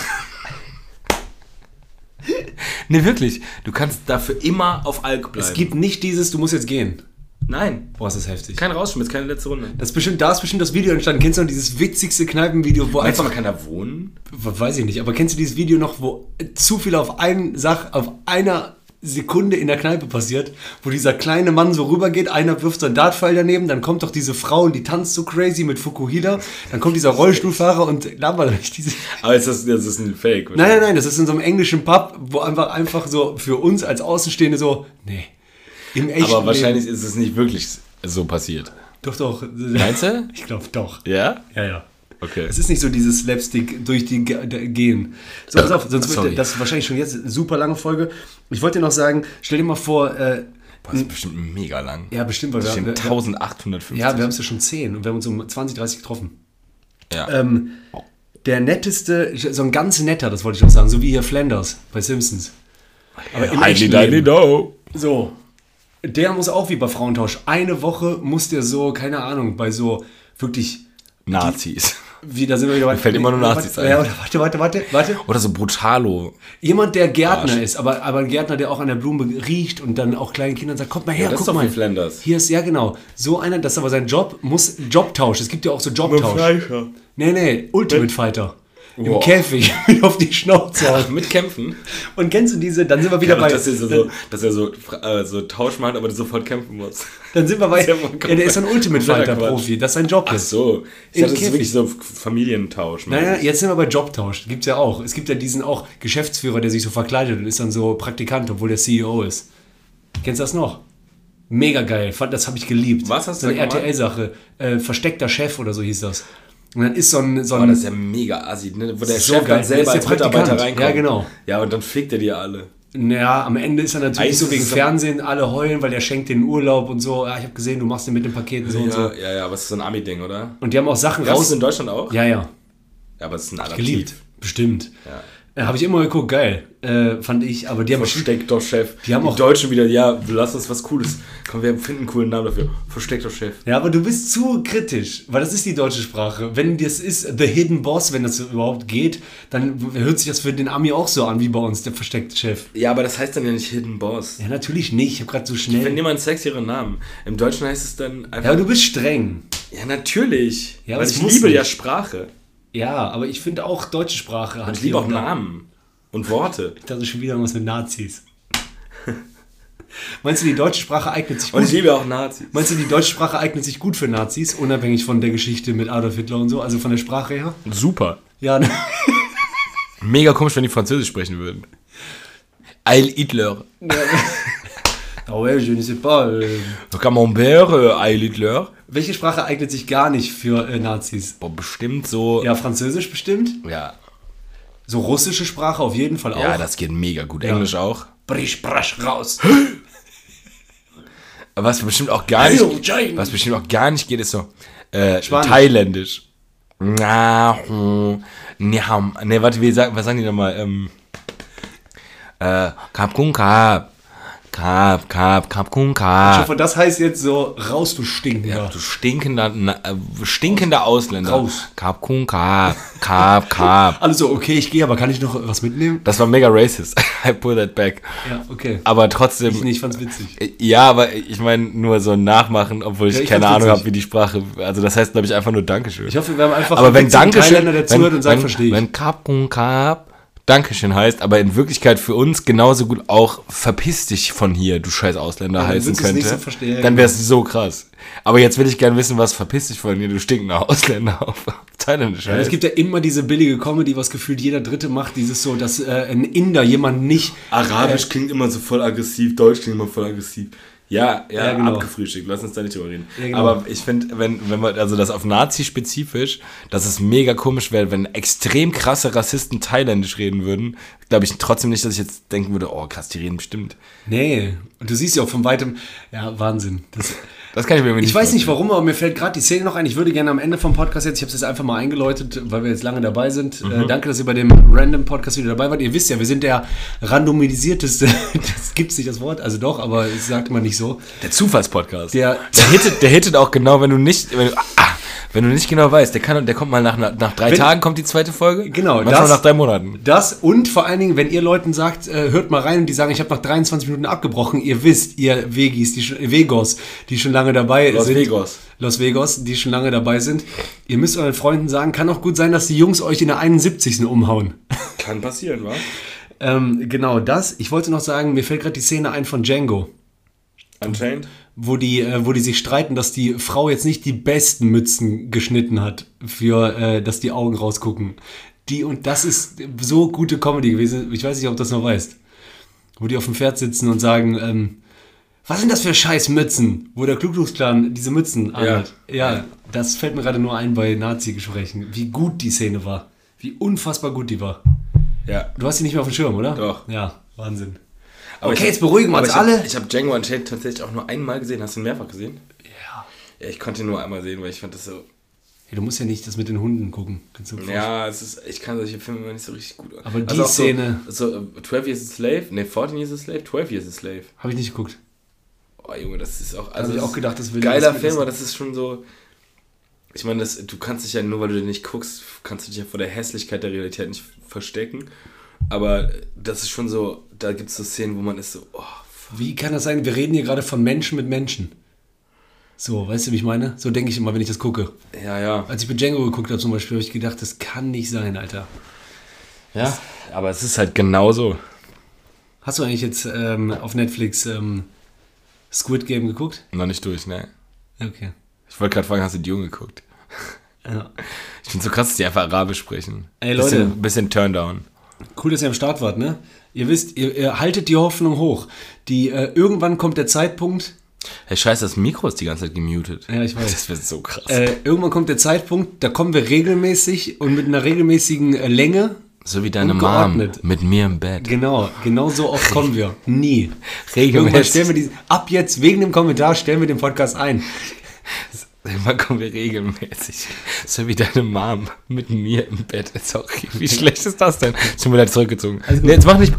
S1: nee, wirklich. Du kannst dafür immer auf Alk bleiben.
S2: Es gibt nicht dieses, du musst jetzt gehen.
S1: Nein.
S2: Boah, ist das heftig.
S1: Kein Rausschmiss, keine letzte Runde.
S2: Das ist bestimmt, da ist bestimmt das Video entstanden. Kennst du noch dieses witzigste Kneipenvideo, wo
S1: Meinst du,
S2: einfach
S1: man kann da wohnen?
S2: weiß ich nicht, aber kennst du dieses Video noch, wo zu viel auf einen Sach, auf einer Sekunde in der Kneipe passiert, wo dieser kleine Mann so rübergeht, einer wirft so einen Dartpfeil daneben, dann kommt doch diese Frau und die tanzt so crazy mit Fukuhila, dann kommt dieser Rollstuhlfahrer und labert euch diese.
S1: Aber ist das, das ist ein Fake.
S2: <laughs> Nein, nein, nein, das ist in so einem englischen Pub, wo einfach, einfach so für uns als Außenstehende so, nee, im echten
S1: Aber wahrscheinlich
S2: Leben.
S1: ist es nicht wirklich so passiert.
S2: Doch, doch.
S1: Meinst du?
S2: <laughs> Ich glaube doch.
S1: Ja?
S2: Ja, ja.
S1: Okay.
S2: Es ist nicht so dieses Slapstick durch die Ge- de- Gehen. So, pass
S1: <coughs>
S2: auf, sonst
S1: Sorry.
S2: wird das ist wahrscheinlich schon jetzt eine super lange Folge. Ich wollte dir noch sagen, stell dir mal vor, äh,
S1: Boah, das ist bestimmt mega lang.
S2: ja, bestimmt, weil wir,
S1: Bestimmt
S2: wir, wir,
S1: 1850.
S2: ja, wir haben es ja schon 10 und wir haben uns um 20, 30 getroffen.
S1: Ja.
S2: Ähm, der netteste, so ein ganz netter, das wollte ich noch sagen, so wie hier Flanders bei Simpsons. Aber im
S1: Heidi,
S2: echten
S1: Heidi,
S2: Leben.
S1: do.
S2: So. Der muss auch wie bei Frauentausch. Eine Woche muss der so, keine Ahnung, bei so wirklich,
S1: Nazis. <laughs>
S2: wie, da sind wir wieder bei.
S1: fällt immer nur Nazis ein.
S2: Ja, warte, warte, warte, warte.
S1: Oder so Brutalo.
S2: Jemand, der Gärtner ist, aber, aber ein Gärtner, der auch an der Blume riecht und dann auch kleinen Kindern sagt, kommt mal her,
S1: das ist
S2: guck
S1: doch
S2: mal.
S1: wie Flanders.
S2: Hier ist, ja genau, so einer, das ist aber sein Job, muss Jobtausch, es gibt ja auch so Jobtausch.
S1: Fleischer.
S2: Nee, nee, Ultimate Fighter. Im
S1: Boah.
S2: Käfig, <laughs> mit auf die Schnauze.
S1: <laughs>
S2: hauen.
S1: Mit Kämpfen.
S2: Und kennst du diese, dann sind wir wieder
S1: Ja,
S2: bei,
S1: Also, dass, er so,
S2: dann,
S1: so, dass er so, äh, so Tausch macht, aber sofort kämpfen muss.
S2: dann sind wir
S1: <laughs>
S2: bei,
S1: ist ja voll-
S2: ja, der ist ein Ultimate
S1: kompletter
S2: Fighter
S1: Quatsch.
S2: Profi, das ist sein Job
S1: Ach
S2: jetzt.
S1: so. Ich dachte,
S2: Im
S1: das ist
S2: Käfig.
S1: wirklich so Familientausch.
S2: Naja,
S1: mäßig.
S2: jetzt sind wir bei Jobtausch, gibt's ja auch. Es gibt ja diesen auch Geschäftsführer, der sich so verkleidet und ist dann so Praktikant, obwohl der CEO ist. Kennst du das noch? Mega geil, fand- das habe ich geliebt.
S1: Was hast du
S2: So eine
S1: da gemacht?
S2: RTL-Sache, äh, versteckter Chef oder so hieß das. Und dann ist so ein, so
S1: Boah, das
S2: ein
S1: ist ja mega assi, ne? wo der
S2: So
S1: Chef
S2: geil.
S1: dann selber
S2: Der
S1: als
S2: ist ja
S1: Mitarbeiter
S2: Praktikant.
S1: reinkommt.
S2: Ja, genau.
S1: Ja, und dann fickt er die alle.
S2: naja, am Ende ist er natürlich
S1: Eigentlich
S2: so wegen
S1: ist es-
S2: Fernsehen, alle heulen, weil der schenkt den Urlaub und so. Ja, ich habe gesehen, du machst den mit dem Paket und so und so.
S1: Ja, ja, ja, aber es ist so ein Ami-Ding, oder?
S2: Und die haben auch Sachen
S1: Gab es
S2: raus.
S1: in Deutschland auch?
S2: Ja, ja,
S1: Ja, aber es ist ein Adaptiv.
S2: geliebt, bestimmt.
S1: Ja.
S2: Äh, habe ich immer geguckt, geil, äh, fand ich. Aber die haben
S1: Versteckter Chef.
S2: Die haben auch-
S1: Deutschen wieder, ja, lass uns was Cooles. Komm, wir finden einen coolen Namen dafür. Versteckter Chef.
S2: Ja, aber du bist zu kritisch, weil das ist die deutsche Sprache. Wenn das ist The Hidden Boss, wenn das überhaupt geht, dann hört sich das für den Ami auch so an wie bei uns, der versteckte Chef.
S1: Ja, aber das heißt dann ja nicht Hidden Boss.
S2: Ja, natürlich nicht. Ich habe gerade so
S1: Wenn
S2: schnell.
S1: jemand sexyeren Namen. Im Deutschen heißt es dann
S2: Ja,
S1: einfach.
S2: aber du bist streng.
S1: Ja, natürlich.
S2: Ja, aber
S1: Weil
S2: es
S1: ich
S2: muss
S1: liebe
S2: nicht.
S1: ja Sprache.
S2: Ja, aber ich finde auch deutsche Sprache hat
S1: Ich liebe
S2: hier
S1: auch
S2: und da-
S1: Namen und Worte.
S2: Das ist schon wieder was mit Nazis. <laughs> Meinst du, die deutsche Sprache eignet sich
S1: Und
S2: gut?
S1: ich liebe auch Nazis.
S2: Meinst du, die deutsche Sprache eignet sich gut für Nazis, unabhängig von der Geschichte mit Adolf Hitler und so, also von der Sprache her?
S1: Super.
S2: Ja, ne?
S1: Mega komisch, wenn die Französisch sprechen würden. Eil Hitler.
S2: <laughs> Ah ouais, je ne sais pas. äh,
S1: Camembert, Eil äh, Hitler.
S2: Welche Sprache eignet sich gar nicht für äh, Nazis?
S1: Boah, bestimmt so.
S2: Ja, Französisch bestimmt.
S1: Ja,
S2: So russische Sprache auf jeden Fall auch.
S1: ja das geht mega gut. Englisch auch.
S2: Brisch, brasch, raus.
S1: Aber was bestimmt auch gar
S2: Hey,
S1: nicht,
S2: oh, Jane.
S1: was bestimmt auch gar nicht geht, ist so äh,
S2: Spanisch.
S1: thailändisch. Na, hm, niam. Ne, warte, wie sagen, was sagen die nochmal? Ähm, äh, kap kung kap. Kap, Kap, Kapkun,
S2: Ich
S1: Kap.
S2: hoffe, das heißt jetzt so, raus, du stinkender.
S1: Du stinkender, na, äh, stinkender Ausländer.
S2: Raus.
S1: Kapkun, Kap, Kap, Kap.
S2: Alle so, Also, okay, ich gehe, aber kann ich noch was mitnehmen?
S1: Das war mega racist. <laughs> I pull that back.
S2: Ja, okay.
S1: Aber trotzdem.
S2: Ich, nee, ich fand's witzig.
S1: Ja, aber ich meine nur so ein Nachmachen, obwohl ich
S2: Ja, ich
S1: keine
S2: find's
S1: Ahnung
S2: witzig.
S1: habe, wie die Sprache. Also das heißt, glaube ich, einfach nur Dankeschön.
S2: Ich hoffe, wir haben einfach
S1: aber
S2: einen
S1: wenn
S2: witzigen
S1: Dankeschön,
S2: Thailänder, der zuhört und sagt, verstehe ich.
S1: wenn Kap Kun Kap Dankeschön heißt, aber in Wirklichkeit für uns genauso gut auch verpiss dich von hier, du scheiß Ausländer
S2: dann
S1: heißen
S2: würdest du es
S1: könnte,
S2: nicht so verstehen, ja, genau.
S1: dann wäre es so krass. Aber jetzt will ich gerne wissen, was verpiss dich von hier, du stinkender <laughs> Ausländer auf Thailändisch
S2: Es
S1: heißt.
S2: gibt ja immer diese billige Comedy, was gefühlt jeder Dritte macht, dieses so, dass äh, ein Inder jemand nicht
S1: Arabisch klingt immer so voll aggressiv, Deutsch klingt immer voll aggressiv. Ja, ja,
S2: Ja, genau.
S1: abgefrühstückt, lass uns da nicht drüber reden.
S2: genau.
S1: Aber ich finde, wenn, wenn man, also das auf Nazi spezifisch, dass es mega komisch wäre, wenn extrem krasse Rassisten thailändisch reden würden, glaube ich trotzdem nicht, dass ich jetzt denken würde, oh krass, die reden bestimmt.
S2: äh, Nee, und du siehst ja auch von weitem, ja, Wahnsinn. Das,
S1: Das kann ich mir irgendwie nicht
S2: ich weiß nicht warum, aber mir fällt gerade die Szene noch ein. Ich würde gerne am Ende vom Podcast jetzt, ich habe es jetzt einfach mal eingeläutet, weil wir jetzt lange dabei sind. Äh, danke, dass ihr bei dem Random Podcast wieder dabei wart. Ihr wisst ja, wir sind der randomisierteste, <laughs> das gibt's nicht das Wort, also doch, aber es sagt man nicht so.
S1: Der Zufallspodcast.
S2: Der-
S1: der, hittet, der hittet auch genau, wenn du nicht, wenn du, ah, wenn du nicht genau weißt, der kann, der kommt mal nach, nach drei
S2: Wenn-
S1: Tagen kommt die zweite Folge.
S2: Genau,
S1: manchmal
S2: das-
S1: nach drei Monaten.
S2: Das und vor allen Dingen, wenn ihr Leuten sagt, äh, hört mal rein und die sagen, ich habe nach 23 Minuten abgebrochen, ihr wisst, ihr Vegis, die schon, äh, Vegos, die schon lange dabei
S1: Los
S2: sind.
S1: Vegos.
S2: Los Vegos, die schon lange dabei sind. Ihr müsst euren Freunden sagen, kann auch gut sein, dass die Jungs euch in der 71. umhauen.
S1: Kann passieren, wa?
S2: Ähm, genau das. Ich wollte noch sagen, mir fällt gerade die Szene ein von Django,
S1: Unchained.
S2: wo die, äh, wo die sich streiten, dass die Frau jetzt nicht die besten Mützen geschnitten hat, für, äh, dass die Augen rausgucken. Die, und das ist so gute Comedy gewesen. Ich weiß nicht, ob du das noch weißt. Wo die auf dem Pferd sitzen und sagen, ähm, was sind das für scheiß Mützen? Wo der Klugluchsklan diese Mützen anhat. Ja. ja, das fällt mir gerade nur ein bei Nazi-Gesprächen. Wie gut die Szene war. Wie unfassbar gut die war.
S1: Ja,
S2: Du hast sie nicht mehr auf dem Schirm, oder?
S1: Doch.
S2: Ja, Wahnsinn.
S1: Aber
S2: Okay,
S1: ich-
S2: jetzt beruhigen wir
S1: aber
S2: uns
S1: ich hab-
S2: alle.
S1: Ich habe Django Unchained tatsächlich auch nur einmal gesehen. Hast du ihn mehrfach gesehen? Ja, ich konnte ihn nur einmal sehen, weil ich fand das so.
S2: Hey, du musst ja nicht das mit den Hunden gucken. Kannst du vorstellen.
S1: Ja, es ist, ich kann solche Filme immer nicht so richtig gut. Also
S2: Aber die
S1: auch
S2: Szene-
S1: So, so äh, 12 Years a Slave, ne, 14 Years a Slave, 12 Years a Slave.
S2: Hab ich nicht geguckt.
S1: Oh Junge, das ist auch. Also
S2: ich
S1: das
S2: auch
S1: ist
S2: gedacht, das will-
S1: Geiler
S2: das will-
S1: Film, aber das ist schon so. Ich meine, das, du kannst dich ja nur, weil du den nicht guckst, kannst du dich ja vor der Hässlichkeit der Realität nicht verstecken. Aber das ist schon so, da gibt es so Szenen, wo man ist so, oh,
S2: Wie kann das sein? Wir reden hier gerade von Menschen mit Menschen. So, weißt du, wie ich meine? So denke ich immer, wenn ich das gucke.
S1: ja, ja.
S2: Als ich mit Django geguckt habe zum Beispiel, habe ich gedacht, das kann nicht sein, Alter.
S1: Ja, aber es ist halt genauso.
S2: Hast du eigentlich jetzt ähm, auf Netflix ähm, Squid Game geguckt?
S1: Noch nicht durch, ne?
S2: Okay.
S1: Ich wollte gerade fragen, hast du die Jungen geguckt?
S2: Ja.
S1: Ich finde so krass, dass die einfach Arabisch sprechen.
S2: Ey, Leute.
S1: Bisschen, bisschen Turndown.
S2: Cool, dass ihr am Start wart, ne? Ihr wisst, ihr, ihr haltet die Hoffnung hoch. Die, äh, irgendwann kommt der Zeitpunkt,
S1: Hey, scheiße, das Mikro ist die ganze Zeit gemutet.
S2: Ja, ich weiß.
S1: <laughs> Das wird so krass.
S2: äh, irgendwann kommt der Zeitpunkt, da kommen wir regelmäßig und mit einer regelmäßigen äh, Länge
S1: so wie deine Mom
S2: ungeordnet.
S1: mit mir im Bett.
S2: Genau, genau so oft kommen
S1: <laughs>
S2: wir. Nie.
S1: Regelmäßig.
S2: Irgendwann stellen wir diesen, ab jetzt, wegen dem Kommentar, stellen wir den Podcast ein.
S1: <laughs> Immer kommen wir regelmäßig. So wie deine Mom mit mir im Bett. <laughs> Sorry, wie schlecht ist das denn? Ich bin wieder zurückgezogen.
S2: gut.
S1: Nee, jetzt mach nicht.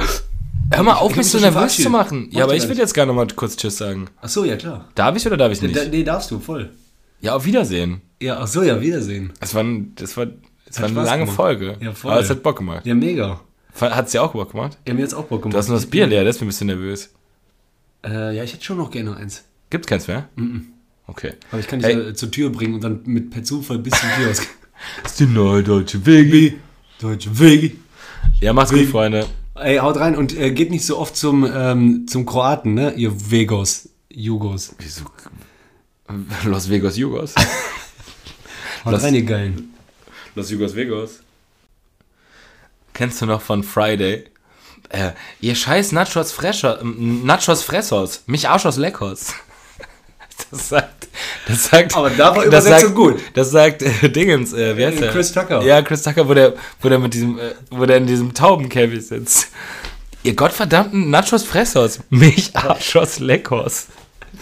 S1: Hör mal auf,
S2: hab
S1: mich
S2: mich
S1: so
S2: schon
S1: nervös
S2: verabschiedet.
S1: zu machen.
S2: Mach
S1: Ja, aber
S2: doch
S1: ich
S2: gar
S1: will
S2: nicht.
S1: jetzt gerne mal kurz Tschüss sagen.
S2: Ach so, ja klar.
S1: Darf ich oder darf ich
S2: Da,
S1: nicht?
S2: nee, darfst du, voll.
S1: Ja, auf Wiedersehen.
S2: Ja, ach so, ja, Wiedersehen.
S1: Es war, ein- das war, es war eine
S2: Spaß
S1: lange
S2: gemacht.
S1: Folge.
S2: Ja, voll.
S1: aber es hat Bock gemacht.
S2: Ja, mega.
S1: Hat es dir auch Bock gemacht?
S2: Ja, mir jetzt auch Bock gemacht.
S1: Du hast nur das Bier leer, deswegen bist du nervös.
S2: äh, ja, ich hätte schon noch gerne eins.
S1: Gibt's keins mehr? Okay.
S2: Mhm. Aber ich kann dich
S1: Hey.
S2: ja zur Tür bringen und dann mit per Zufall bis zum Kiosk.
S1: <laughs> ist die neue deutsche Wegi.
S2: Deutsche Wege.
S1: Ja, mach's gut, Freunde.
S2: Ey, haut rein und äh, geht nicht so oft zum, ähm, zum Kroaten, ne? Ihr Vegos, Jugos.
S1: Wieso? Los Vegas, Jugos.
S2: Haut
S1: Das-
S2: rein, ihr Geilen.
S1: Los Jugos, Vegas. Kennst du noch von Friday? Äh, ihr scheiß Nachos Fresher, ähm, Nachos Fressos, mich Arschos Leckos. <laughs> Das sagt, das sagt,
S2: Aber da war
S1: das
S2: Übersetzung
S1: sagt,
S2: gut.
S1: Das sagt äh, Dingens, äh, wie heißt
S2: Äh,
S1: der?
S2: Chris Tucker.
S1: Ja, Chris Tucker, wo der, wo der mit diesem, äh, wo der in diesem Taubenkäfig sitzt. Ihr gottverdammten Nachos Fressos, mich Arschos Leckos.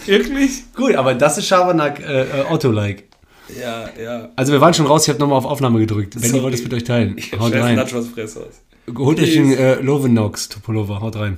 S2: Wirklich? Gut, aber das ist Schabernack äh, äh, Otto-like.
S1: Ja, ja.
S2: Also wir waren schon raus, ich habe nochmal auf Aufnahme gedrückt. Wenn
S1: Sorry.
S2: ihr wollt es mit euch teilen.
S1: Ihr
S2: Haut
S1: scheiß
S2: rein.
S1: Nachos Fressos.
S2: Holt euch den äh, Lovenox Pullover, haut rein.